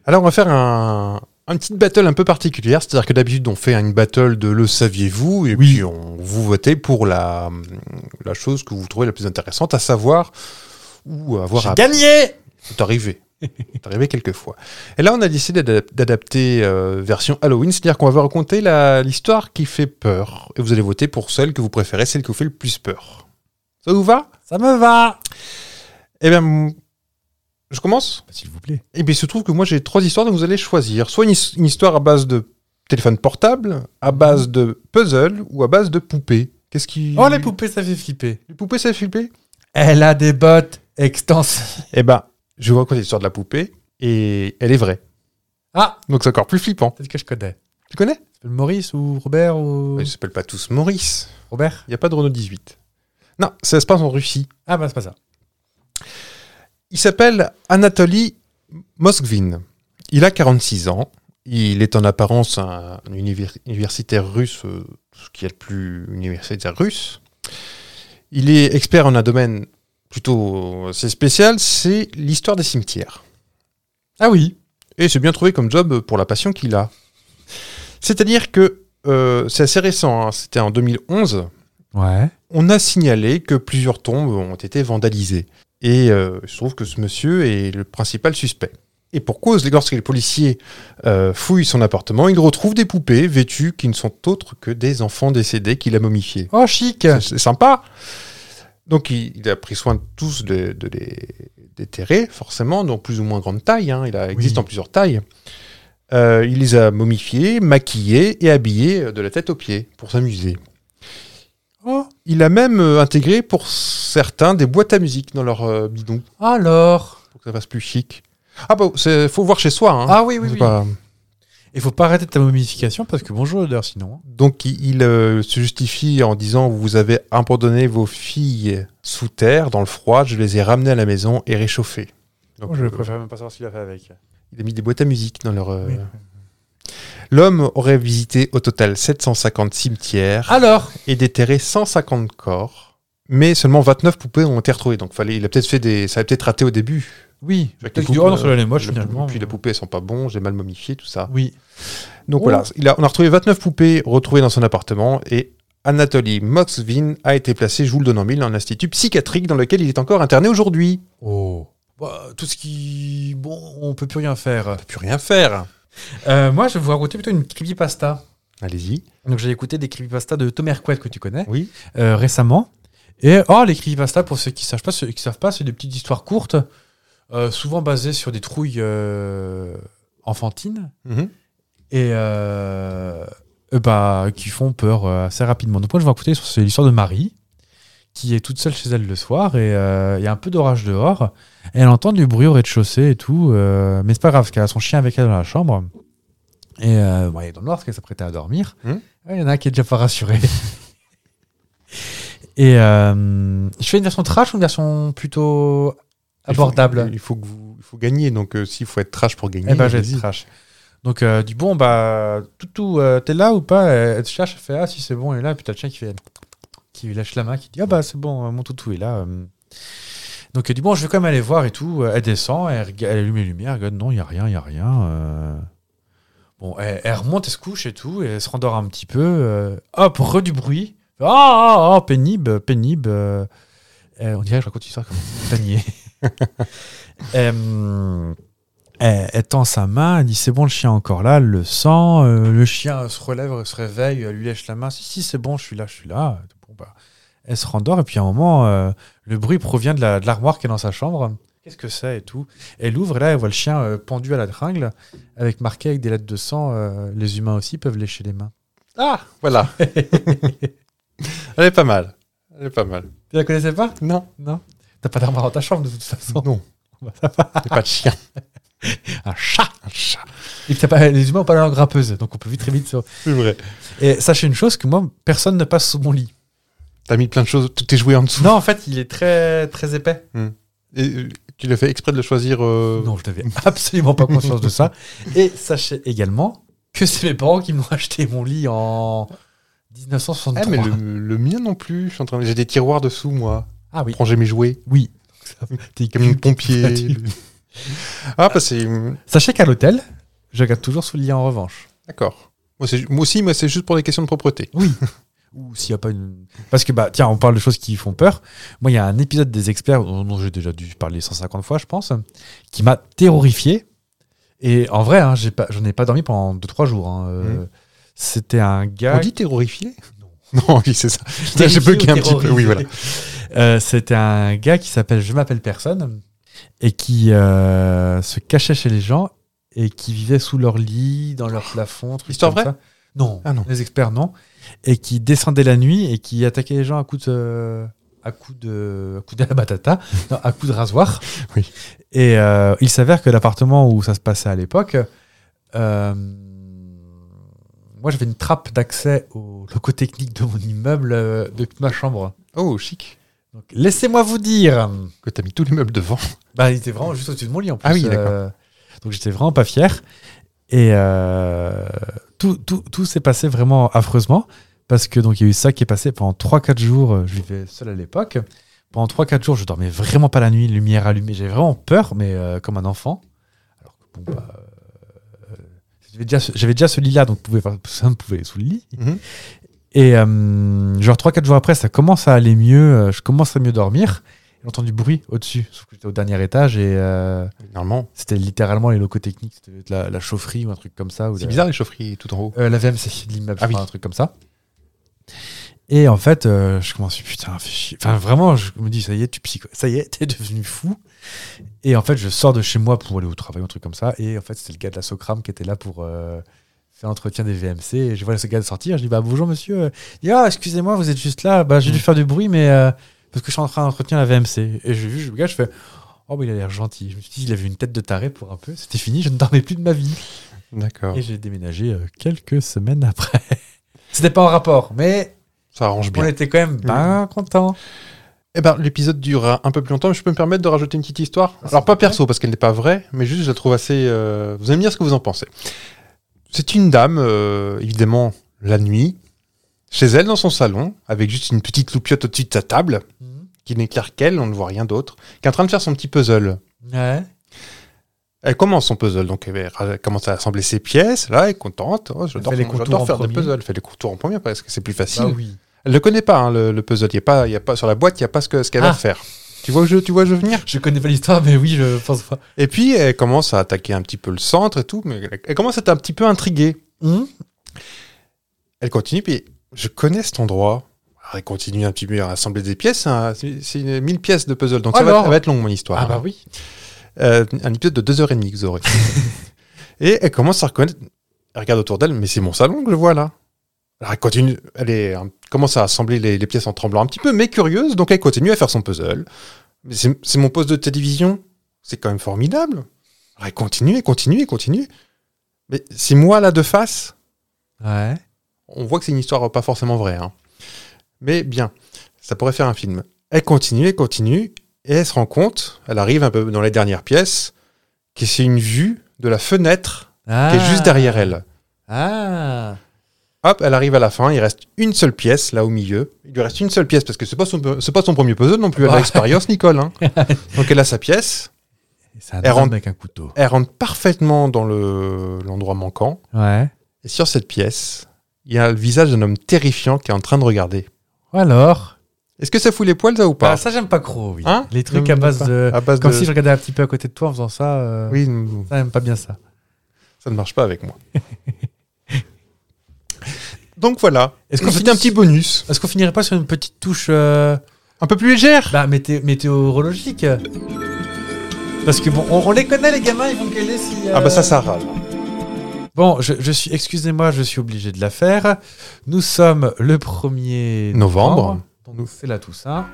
S2: Alors on va faire un, un petite battle un peu particulière, c'est-à-dire que d'habitude on fait une battle de le saviez-vous et puis on vous votez pour la, la chose que vous trouvez la plus intéressante, à savoir ou avoir à
S3: gagné
S2: C'est arrivé. C'est arrivé quelques fois. Et là, on a décidé d'adap- d'adapter euh, version Halloween, c'est-à-dire qu'on va vous raconter la- l'histoire qui fait peur. Et vous allez voter pour celle que vous préférez, celle qui vous fait le plus peur. Ça vous va
S3: Ça me va
S2: Eh bien, m- je commence
S3: Bah, S'il vous plaît.
S2: Eh bien, il se trouve que moi, j'ai trois histoires, donc vous allez choisir. Soit une, his- une histoire à base de téléphone portable, à base de puzzle ou à base de poupée. Qu'est-ce qui...
S3: Oh, les poupées, ça fait flipper.
S2: Les poupées, ça fait flipper
S3: Elle a des bottes extenses.
S2: Eh ben, je vais vous raconter l'histoire de la poupée, et elle est vraie.
S3: Ah,
S2: Donc c'est encore plus flippant.
S3: peut-être que je connais.
S2: Tu connais
S3: Ça s'appelle Maurice ou Robert ou...
S2: Ils ne s'appellent pas tous Maurice.
S3: Robert
S2: Il n'y a pas de Renault 18. Non, ça se passe en Russie.
S3: Ah, bah, c'est pas ça.
S2: Il s'appelle Anatoly Moskvin. Il a 46 ans. Il est en apparence un univers- universitaire russe, euh, ce qui est le plus universitaire russe. Il est expert en un domaine plutôt euh, assez spécial, c'est l'histoire des cimetières.
S3: Ah oui.
S2: Et c'est bien trouvé comme job pour la passion qu'il a. C'est-à-dire que euh, c'est assez récent, hein, c'était en 2011.
S3: Ouais.
S2: on a signalé que plusieurs tombes ont été vandalisées. Et euh, il se trouve que ce monsieur est le principal suspect. Et pour cause, lorsque les policiers euh, fouillent son appartement, ils retrouvent des poupées vêtues qui ne sont autres que des enfants décédés qu'il a momifiés.
S3: Oh, chic
S2: C'est- C'est sympa. Donc il, il a pris soin de tous de, de les déterrer, forcément, donc plus ou moins grande taille. hein. Il a- existe en plusieurs tailles. Euh, il les a momifiés, maquillés et habillés euh, de la tête aux pieds pour s'amuser.
S3: Oh.
S2: Il a même euh, intégré pour certains des boîtes à musique dans leur euh, bidon
S3: Alors
S2: pour que ça fasse plus chic. Ah bah, c'est- faut voir chez soi. hein.
S3: Ah oui, oui,
S2: C'est
S3: oui.
S2: pas-
S3: Il faut pas arrêter ta momification parce que bonjour l'odeur sinon. hein.
S2: Donc il, il, euh, se justifie en disant vous avez abandonné vos filles sous terre dans le froid, je les ai ramenées à la maison et réchauffées.
S3: Oh,
S2: Donc, euh,
S3: même pas savoir ce qu'il a fait avec.
S2: il a mis des boîtes à musique dans leur. euh, L'homme aurait visité au total 750 cimetières
S3: Alors
S2: et déterré 150 corps, mais seulement 29 poupées ont été retrouvées. Donc fallait, il a peut-être fait des, ça a peut-être raté au début.
S3: Oui,
S2: Avec
S3: peut-être
S2: les
S3: qu'il dit,
S2: coupes,
S3: oh non,
S2: euh,
S3: celui-là, il est moche
S2: Le-
S3: finalement.
S2: Puis les poupées elles sont pas bons, j'ai mal momifié tout ça.
S3: Oui.
S2: Donc
S3: Oh.
S2: voilà, il a- on a retrouvé 29 poupées retrouvées dans son appartement et Anatoly Moxvin a été placé, je vous le donne en mille, dans un institut psychiatrique dans lequel il est encore interné aujourd'hui.
S3: Oh. Bah, tout ce qui. Bon, on peut plus rien faire.
S2: On peut plus rien faire.
S3: Euh, moi, je vais vous raconter plutôt une creepypasta.
S2: Allez-y.
S3: Donc, j'ai écouté des creepypastas de Tom Hercouet que tu connais
S2: Oui.
S3: euh, récemment. Et oh, les creepypastas, pour ceux qui ne savent pas, ceux qui savent pas, c'est des petites histoires courtes, euh, souvent basées sur des trouilles euh, enfantines.
S2: Mhm.
S3: et euh, euh, bah, qui font peur euh, assez rapidement. Donc moi je vais écouter sur c'est l'histoire de Marie qui est toute seule chez elle le soir et euh, il y a un peu d'orage dehors et elle entend du bruit au rez-de-chaussée et tout, euh, mais c'est pas grave parce qu'elle a son chien avec elle dans la chambre et euh, bon, elle est dans le noir parce qu'elle s'apprêtait à dormir.
S2: Mhm.
S3: Ouais, Il y en a un qui est déjà pas rassuré. et euh, je fais une version trash ou une version plutôt
S2: Il faut-
S3: abordable
S2: Il faut, que vous, il faut gagner, donc euh, s'il faut être trash pour gagner.
S3: eh ben, je vais
S2: allez-y.
S3: être trash. Donc, euh, du bon, bah, Toutou, euh, t'es là ou pas Elle te cherche, elle fait Ah, si c'est bon, elle est là. Et puis t'as le chien qui fait qui lui lâche la main, qui dit Ah, bah, c'est bon, euh, mon Toutou est là. euh. Donc, elle dit Bon, je vais quand même aller voir et tout. euh, Elle descend, elle, rega- elle allume les lumières, elle regarde Non, il n'y a rien, il n'y a rien. euh. Bon, elle, elle remonte, elle se couche et tout, et elle se rendort un petit peu. euh, Hop, re du bruit. Ah, ah, ah, pénible, pénible. euh. Euh, on dirait que je raconte une histoire comme un panier. Euh, elle, elle tend sa main, elle dit c'est bon, le chien est encore là, elle le sent. euh, le chien euh, se relève, euh, se réveille, elle lui lèche la main. Si, si, c'est bon, je suis là, je suis là. Bon, bah, elle se rendort et puis à un moment, euh, le bruit provient de la- de l'armoire qui est dans sa chambre. Qu'est-ce que c'est et tout Elle ouvre et là, elle voit le chien euh, pendu à la tringle, avec marqué avec des lettres de sang. euh, les humains aussi peuvent lécher les mains.
S2: Ah, voilà. Elle est pas mal. Elle est pas mal.
S3: Tu la connaissais pas
S2: Non.
S3: Non. T'as pas d'armoire dans ta chambre de toute façon.
S2: Non.
S3: Bah,
S2: C'est pas de chien.
S3: Un chat Et puis t'as pas- Les humains ont pas la langue rappeuse, donc on peut vite très vite. se-
S2: C'est vrai.
S3: Et sachez une chose que moi, personne ne passe sous mon lit.
S2: T'as mis plein de choses, tout est joué en dessous.
S3: Non, en fait, il est très très épais.
S2: Et, euh, tu l'as fait exprès de le choisir. euh,
S3: Non, je n'avais absolument pas conscience de ça. Et sachez également que c'est mes parents qui m'ont acheté mon lit en
S2: Ah,
S3: 1963.
S2: mais le, le mien non plus. je suis en train de- J'ai des tiroirs dessous, moi.
S3: Ah oui,
S2: Prends jamais joué.
S3: oui. T'es
S2: Comme une
S3: cul.
S2: pompier. ah, bah c'est.
S3: Sachez qu'à l'hôtel, je regarde toujours sous le lit en revanche.
S2: D'accord. Moi, c'est- moi aussi, moi, c'est juste pour des questions de propreté.
S3: Ou s'il y a pas une... Parce que, bah, tiens, on parle de choses qui font peur. Moi, il y a un épisode des experts dont dont j'ai déjà dû parler 150 fois, je pense, qui m'a terrorifié. Et en vrai, hein, j'ai pas- j'en ai, pas dormi pendant 2-3 jours. hein. Euh,
S2: Mmh.
S3: C'était un gars.
S2: On dit terrorifié Non, oui, c'est ça. J'ai
S3: Terrifié
S2: bugué
S3: ou
S2: un petit peu.
S3: terrorisé.
S2: Oui, voilà.
S3: Euh, C'était un gars qui s'appelle Je m'appelle personne et qui euh, se cachait chez les gens et qui vivait sous leur lit, dans leur plafond. trucs
S2: Histoire
S3: comme
S2: vraie
S3: ça. non,
S2: Ah non.
S3: les experts non. Et qui descendait la nuit et qui attaquait les gens à coups de. à coups de. à coups de la batata, non, à coups de rasoir.
S2: Oui.
S3: Et euh, il s'avère que l'appartement où ça se passait à l'époque. euh, moi, j'avais une trappe d'accès au locaux technique de mon immeuble, euh, de ma chambre.
S2: Oh, chic.
S3: Donc, laissez-moi vous dire.
S2: Que t'as mis tous les meubles devant.
S3: Bah, il était vraiment juste au-dessus de mon lit en plus.
S2: Ah oui, d'accord.
S3: Euh, donc, j'étais vraiment pas fier. Et euh, tout, tout, tout s'est passé vraiment affreusement. Parce que, donc, il y a eu ça qui est passé pendant 3-4 jours. euh, Je vivais seul à l'époque. Pendant 3-4 jours, je dormais vraiment pas la nuit, lumière allumée. J'avais vraiment peur, mais euh, comme un enfant. Alors que, bon, bah. euh, j'avais déjà ce- J'avais déjà ce lit-là, donc pouvait, ça me pouvait aller sous le lit.
S2: Mhm.
S3: Et euh, genre 3-4 jours après, ça commence à aller mieux, euh, je commence à mieux dormir. J'ai entendu bruit au-dessus, sauf que j'étais au dernier étage et euh,
S2: Normalement.
S3: c'était littéralement les locaux techniques, c'était peut-être la, la chaufferie ou un truc comme ça. ou
S2: C'est
S3: la-
S2: bizarre les chaufferies tout en haut.
S3: euh, la VMC de l'immeuble, je
S2: Ah oui.
S3: crois, un truc comme ça. Et en fait, euh, je commence, putain, fais chier. Enfin, vraiment, je me dis, ça y est, tu psycho, ça y est, t'es devenu fou. Et en fait, je sors de chez moi pour aller au travail, un truc comme ça. Et en fait, c'était le gars de la Socram qui était là pour euh, faire l'entretien des VMC. Et je vois ce gars sortir, je dis, bah bonjour monsieur. Il dit, ah, excusez-moi, vous êtes juste là. Bah, j'ai
S2: Mm.
S3: dû faire du bruit, mais euh, parce que je suis en train d'entretenir la VMC. Et j'ai vu le gars, je fais, oh, mais il a l'air gentil. Je me suis dit, il avait une tête de taré pour un peu. C'était fini, je ne dormais plus de ma vie.
S2: D'accord.
S3: Et j'ai déménagé euh, quelques semaines après. C'était pas en rapport, mais
S2: Ça arrange
S3: on
S2: bien. Mmh.
S3: était quand même bien contents.
S2: Eh ben, l'épisode durera un peu plus longtemps, mais je peux me permettre de rajouter une petite histoire. Alors, pas perso, parce qu'elle n'est pas vraie, mais juste, je la trouve assez. euh, Vous allez me dire ce que vous en pensez. C'est une dame, euh, évidemment, la nuit, chez elle, dans son salon, avec juste une petite loupiote au-dessus de sa table, qui n'éclaire qu'elle, on ne voit rien d'autre, qui est en train de faire son petit puzzle. Bah
S3: Ouais.
S2: Elle commence son puzzle, donc elle ra- commence à assembler ses pièces, là, elle est contente. Oh, j'adore
S3: fait les
S2: j'adore
S3: contours en
S2: faire des
S3: premier.
S2: puzzles. Elle fait les contours en premier parce que c'est plus facile.
S3: Bah oui.
S2: Elle ne connaît pas hein, le, le puzzle. Il y a pas, il y a pas, sur la boîte, il n'y a pas ce que- ce qu'elle
S3: Ah.
S2: va faire. Tu vois, où je, tu vois où je veux venir
S3: Je connais pas l'histoire, mais oui, je pense pas.
S2: Et puis, elle commence à attaquer un petit peu le centre et tout, mais elle- elle commence à être un petit peu intriguée.
S3: Mmh.
S2: Elle continue, puis je connais cet endroit. Alors, elle continue un petit peu à assembler des pièces. hein. C'est c'est une- 1000 pièces de puzzle, donc ça va,
S3: Alors
S2: être- ça va être long, mon histoire.
S3: Oh, Ah
S2: hein.
S3: bah oui.
S2: Euh, un épisode de 2h30 que vous aurez. et elle commence à reconnaître. Elle regarde autour d'elle, mais c'est mon salon que je vois là. Alors, elle continue, elle est, euh, commence à assembler les, les pièces en tremblant un petit peu, mais curieuse, donc elle continue à faire son puzzle. Mais C'est c'est mon poste de télévision, c'est quand même formidable. Alors, elle continue, elle continue, elle continue. Mais c'est moi là de face,
S3: Ouais.
S2: on voit que c'est une histoire pas forcément vraie. hein. Mais bien, ça pourrait faire un film. Elle continue, elle continue, et elle se rend compte, elle arrive un peu dans les dernières pièces, que c'est une vue de la fenêtre
S3: Ah.
S2: qui est juste derrière elle.
S3: Ah.
S2: Hop, elle arrive à la fin, il reste une seule pièce là au milieu. Il lui reste une seule pièce parce que c'est pas son, c'est pas son premier puzzle non plus, elle a
S3: Ah.
S2: l'expérience, Nicole. hein. Donc elle a sa pièce,
S3: C'est un
S2: Elle
S3: homme
S2: rentre-
S3: avec un couteau.
S2: elle rentre parfaitement dans le, l'endroit manquant,
S3: Ouais.
S2: et sur cette pièce, il y a le visage d'un homme terrifiant qui est en train de regarder.
S3: Ou alors.
S2: Est-ce que ça fout les poils, ça ou pas
S3: Ah, ça j'aime pas trop, oui.
S2: Hein
S3: Les trucs
S2: Non,
S3: à base
S2: pas.
S3: de.
S2: À base
S3: Comme
S2: de-
S3: si je regardais un petit peu à côté de toi en faisant ça. euh,
S2: Oui, non,
S3: Ça j'aime pas bien ça.
S2: ça ne marche pas avec moi. Donc voilà.
S3: Est-ce qu'on
S2: C'était un petit bonus.
S3: Est-ce qu'on finirait pas sur une petite touche euh,
S2: Un peu plus légère.
S3: bah, mété- météorologique Parce que bon, on, on les connaît les gamins, ils vont gueuler si. euh,
S2: Ah bah ça, ça râle.
S3: Bon, je, je suis, excusez-moi, je suis obligé de la faire. Nous sommes le 1er
S2: Novembre.
S3: novembre. Donc c'est la Toussaint.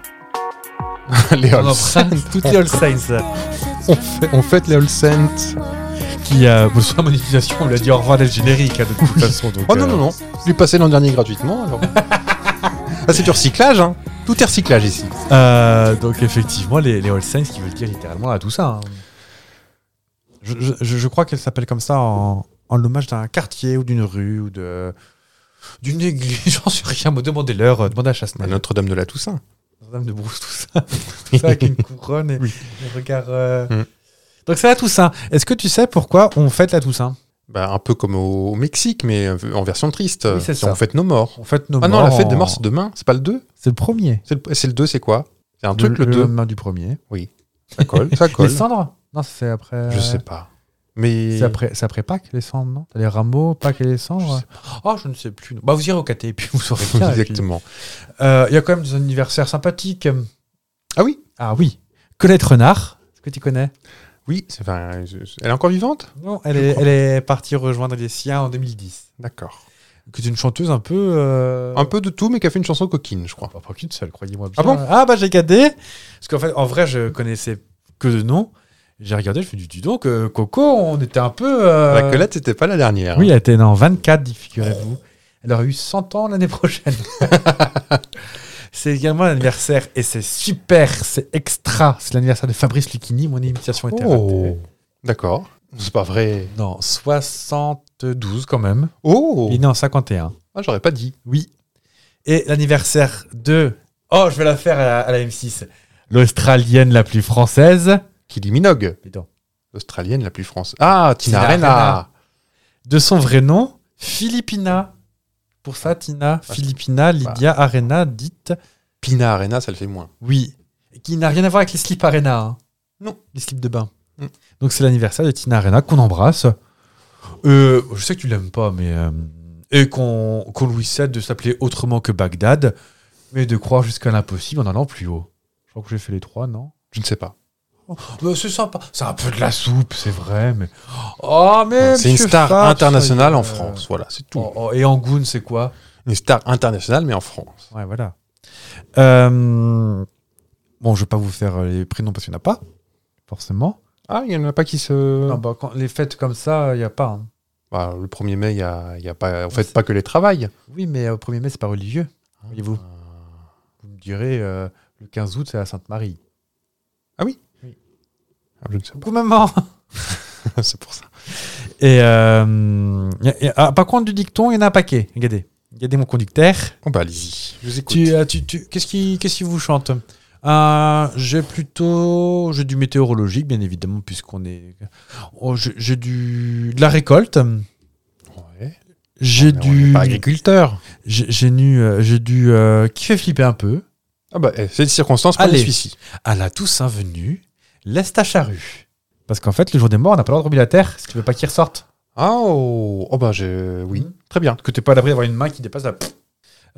S2: les
S3: On
S2: Olsen.
S3: emprunte toutes les All Saints.
S2: On, fait- on fête les Olsen.
S3: Qui a besoin de monétisation, on lui a dit au revoir dès le générique hein, de toute façon. donc,
S2: Oh non,
S3: euh,
S2: non, non. Je l'ai passé l'an dernier gratuitement. Alors. ah, c'est du recyclage, hein. Tout est recyclage ici.
S3: euh, donc effectivement, les, les All Saints qui veulent dire littéralement la Toussaint. hein. Je, je- je- je crois qu'elle s'appelle comme ça en, en l'hommage d'un quartier ou d'une rue ou de d'une église, j'en sais rien, mais demandez-leur, euh, demandez à Chassenel.
S2: Notre-Dame de la Toussaint.
S3: Notre-Dame de Brousse, tout ça. tout ça avec une couronne et
S2: Oui.
S3: un regard. euh.
S2: Mm.
S3: Donc c'est la Toussaint. Est-ce que tu sais pourquoi on fête la Toussaint
S2: Bah, un peu comme au, au Mexique, mais en version triste.
S3: Oui, c'est
S2: Si
S3: ça.
S2: On fête nos morts.
S3: On fête nos
S2: ah non,
S3: morts
S2: la fête des
S3: en-
S2: morts, c'est demain. C'est pas le 2
S3: C'est le premier.
S2: C'est le, c'est le 2, c'est quoi C'est un truc, le, 2.
S3: lendemain du premier.
S2: Ça colle, ça colle.
S3: E. Les cendres Non, c'est après.
S2: Je sais pas. Mais...
S3: Euh, C'est après, c'est après Pâques, les cendres, non T'as les rameaux, Pâques et les cendres Oh, je ne sais plus. Bah, vous irez au caté et puis vous saurez bien. et puis-
S2: Exactement.
S3: Euh, Il y a quand même des anniversaires sympathiques.
S2: Ah oui
S3: Ah oui. Colette Renard. Est-ce que tu connais
S2: Oui, c'est- enfin, je- je- elle est encore vivante
S3: Non, elle est, elle est partie rejoindre les siens en 2010.
S2: D'accord.
S3: C'est une chanteuse un peu. euh,
S2: Un peu de tout, mais qui a fait une chanson coquine, je crois.
S3: Pas, pas qu'une seule, croyez-moi bien.
S2: Ah bon
S3: Ah bah j'ai regardé. Parce qu'en fait, en vrai, je connaissais que de nom. J'ai regardé, je me suis dit, dis donc, euh, Coco, on était un peu. euh,
S2: La Colette, c'était pas la dernière.
S3: Ah
S2: hein.
S3: Oui, elle était en 24, figurez-vous. Elle aura eu 100 ans l'année prochaine. c'est également l'anniversaire et c'est super, c'est extra. C'est l'anniversaire de Fabrice Lucchini. Mon imitation était ratée.
S2: Oh. D'accord. C'est pas vrai.
S3: Non, 72 quand même.
S2: Oh
S3: Il est né en 51.
S2: Ah, j'aurais pas dit.
S3: Oui. Et l'anniversaire de. Oh, je vais la faire à la, à la M6. L'Australienne la plus française.
S2: Kylie Minogue,
S3: Putain.
S2: l'Australienne la plus française. Ah, Tina
S3: Tina
S2: Arena.
S3: Arena. De son vrai nom, Philippina. Pour
S2: Ah,
S3: ça, Tina. Philippina Lydia Arena, dite.
S2: Pina Arena, ça le fait moins.
S3: Oui. qui n'a rien à voir avec les slips Arena. hein.
S2: Non.
S3: Les slips de bain.
S2: Mm.
S3: Donc c'est l'anniversaire de Tina Arena qu'on embrasse. Euh, je sais que tu l'aimes pas, mais. euh, et qu'on qu'on lui cède de s'appeler autrement que Bagdad, mais de croire jusqu'à l'impossible en allant plus haut. Je crois que j'ai fait les trois, non
S2: Je ne sais pas.
S5: Mais Bah, c'est sympa. C'est un peu de la soupe, c'est vrai, mais. Oh,
S3: Eh,
S5: mais.
S2: C'est une
S5: monsieur
S2: star
S5: Favre,
S2: internationale
S5: euh,
S2: en France. Voilà, c'est tout.
S3: Oh, oh, et Angoun, c'est quoi
S2: Une star internationale, mais en France.
S3: Ouais, voilà. Euh, Bon, je vais pas vous faire euh, les prénoms parce qu'il n'y en a pas, forcément.
S2: Ah, il n'y en a pas qui se.
S3: Non, bah, quand- les fêtes comme ça, il n'y a pas. hein.
S2: Bah, le 1er mai, il n'y a, il y a pas. En fait, pas que les travails.
S3: Oui, mais euh, au 1er mai, c'est pas religieux. Voyez-vous Vous me direz, euh, le 15 août, c'est la Sainte-Marie.
S2: Ah, Je ne sais
S3: Coucou, maman
S2: pas, c'est pour ça.
S3: Et, euh, y a- y a- ah, par contre, du dicton, il y en a un paquet. Regardez. Regardez mon conducteur.
S2: Bon, bah, allez-y. Je vous écoute.
S3: Tu, euh, tu- tu- Qu'est-ce qui, qu'est-ce qui vous chante Euh, J'ai plutôt j'ai du météorologique, bien évidemment, puisqu'on est. Oh, j'ai j'ai du de la récolte.
S2: Ouais. Ah,
S3: J'ai
S2: Mais on n'est
S3: du
S2: pas agriculteur.
S3: j'ai j'ai nu euh, j'ai du euh, qui fait flipper un peu.
S2: Ah, bah, eh, c'est des circonstances pas
S3: Allez.
S2: celui-ci.
S3: À la Toussaint venue, laisse ta charrue. Parce qu'en fait, le jour des morts, on n'a pas le droit de remuer la terre, si tu veux pas qu'il ressorte.
S2: Ah, oh, oh, bah, je. Oui.
S3: Mhm.
S2: Très bien.
S3: Que t'es pas à l'abri d'avoir une main qui dépasse la.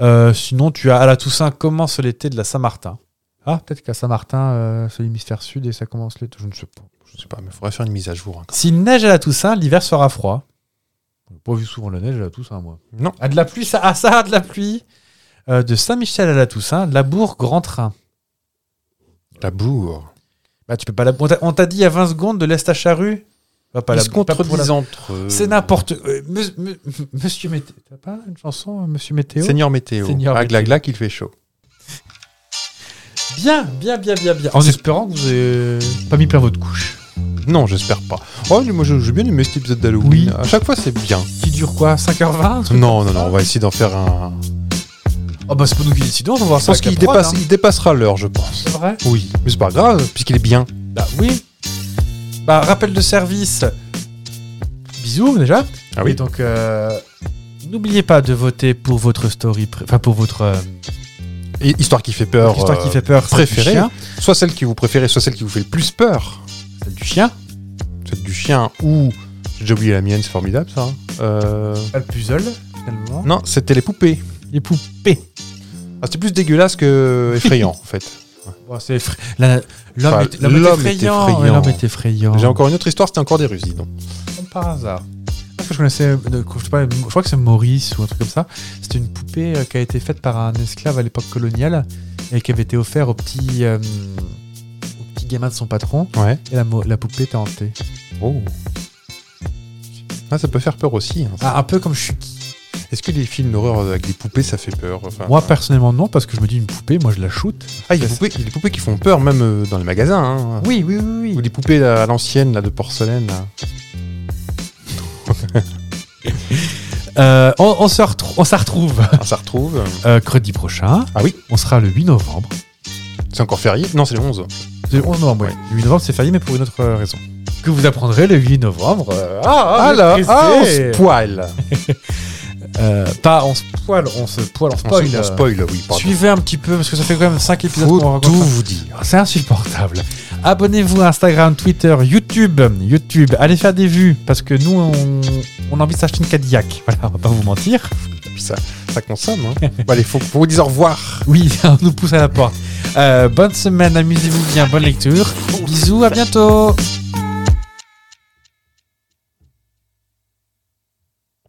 S3: Euh, sinon, tu as à la Toussaint commence l'été de la Saint-Martin. Ah, peut-être qu'à Saint-Martin, euh, c'est l'hémisphère sud et ça commence l'été. Je ne sais pas.
S2: Je sais pas, mais il faudrait faire une mise à jour. hein, quand
S3: S'il neige à la Toussaint, l'hiver sera froid. J'ai pas vu souvent la neige à la Toussaint, moi.
S2: Non.
S3: À de la pluie, ça, ah, ça, à de la pluie. Euh, de Saint-Michel à la Toussaint, Labourg, grand train.
S2: même. La bourre.
S3: Bah, tu peux pas la... On t'a- on t'a dit il y a 20 secondes de l'Est à Charrue Va pas
S2: Ils
S3: la-
S2: se
S3: pas pour la-
S2: contredisent entre eux.
S3: C'est n'importe. euh, me- me- Monsieur Météo. T'as pas une chanson, euh, Monsieur Météo
S2: Seigneur Météo.
S3: Seigneur
S2: Ah, gla,
S3: Météo.
S2: gla, qu'il fait chaud.
S3: Bien, bien, bien, bien, bien. En espérant que vous ayez pas mis plein votre couche.
S2: Non, j'espère pas. Oh, moi, je- j'ai bien aimé cet épisode d'Halloween.
S3: Oui.
S2: À chaque fois, c'est bien.
S3: Qui dure quoi 5h20
S2: Non, non, non, on va essayer d'en faire un.
S3: Oh bah c'est pas nous qui décidons, on va voir
S2: Je
S3: ça.
S2: pense
S3: avec la
S2: qu'il
S3: prod,
S2: dépasse,
S3: hein.
S2: il dépassera l'heure, je pense.
S3: C'est vrai
S2: Oui, mais c'est pas grave, puisqu'il est bien.
S3: Bah oui. Bah rappel de service. Bisous déjà.
S2: Ah
S3: Et donc euh, n'oubliez pas de voter pour votre story, pré- enfin pour votre euh,
S2: Et histoire qui fait peur.
S3: histoire qui
S2: euh,
S3: fait peur celle du
S2: préférée.
S3: chien.
S2: Soit celle qui vous préférez, soit celle qui vous fait le plus peur.
S3: Celle du chien.
S2: Celle du chien ou. J'ai déjà oublié la mienne, c'est formidable ça. Euh,
S3: Pas le puzzle finalement.
S2: Non, c'était les poupées.
S3: Les poupées.
S2: Ah, c'était plus dégueulasse que effrayant en fait.
S3: Bon, Oh, c'est effra- la- L'homme
S2: Enfin,
S3: est- l'homme
S2: l'homme
S3: est
S2: est
S3: effrayant.
S2: effrayant.
S3: ouais, L'homme est effrayant.
S2: J'ai encore une autre histoire, c'était encore des ruses, dis donc.
S3: Comme par hasard. Ah, Parce que je connaissais, euh, de- je, sais pas, je crois que c'est Maurice ou un truc comme ça. C'était une poupée euh, qui a été faite par un esclave à l'époque coloniale et qui avait été offerte au petit, euh, au petit gamin de son patron.
S2: Ouais.
S3: Et la, mo- la poupée était hantée.
S2: Oh. Ah, ça peut faire peur aussi. hein.
S3: Ah, un peu comme Chucky.
S2: Est-ce que les films d'horreur avec des poupées, ça fait peur Enfin,
S3: Moi, personnellement, non, parce que je me dis une poupée, moi je la shoot.
S2: Ah, il y a des poupées, il y a des poupées qui font peur, même euh, dans les magasins. hein.
S3: Oui, oui, oui.
S2: Ou des poupées là, à l'ancienne, là, de porcelaine. là.
S3: Euh, on on se retrou- on s'en retrouve
S2: Ah, ça retrouve. euh,
S3: euh, mercredi prochain.
S2: Ah oui.
S3: On sera le 8 novembre.
S2: C'est encore férié Non, c'est le 11.
S3: C'est le 11 novembre, oui. Le 8 novembre, c'est férié, mais pour une autre euh, raison. Que vous apprendrez le 8 novembre. euh, ah, vous êtes
S2: on
S3: pressés.
S2: se poil.
S3: Euh, pas on se poil, on se poil, on se
S2: On
S3: poil.
S2: se-
S3: euh,
S2: on spoil, oui, pardon.
S3: Suivez un petit peu parce que ça fait quand même 5 épisodes qu'on
S2: Faut
S3: raconte
S2: tout
S3: ça. Ah,
S2: vous dire.
S3: C'est insupportable. Abonnez-vous à Instagram, Twitter, YouTube, YouTube. Allez faire des vues parce que nous on, on a envie de s'acheter une Cadillac. Voilà, on va pas vous mentir.
S2: Puis Ça, ça consomme. Hein. bon, allez, faut, faut vous dire au revoir.
S3: Oui, on nous pousse à la porte. Euh, bonne semaine, amusez-vous bien, bonne lecture. Bisous, à bientôt.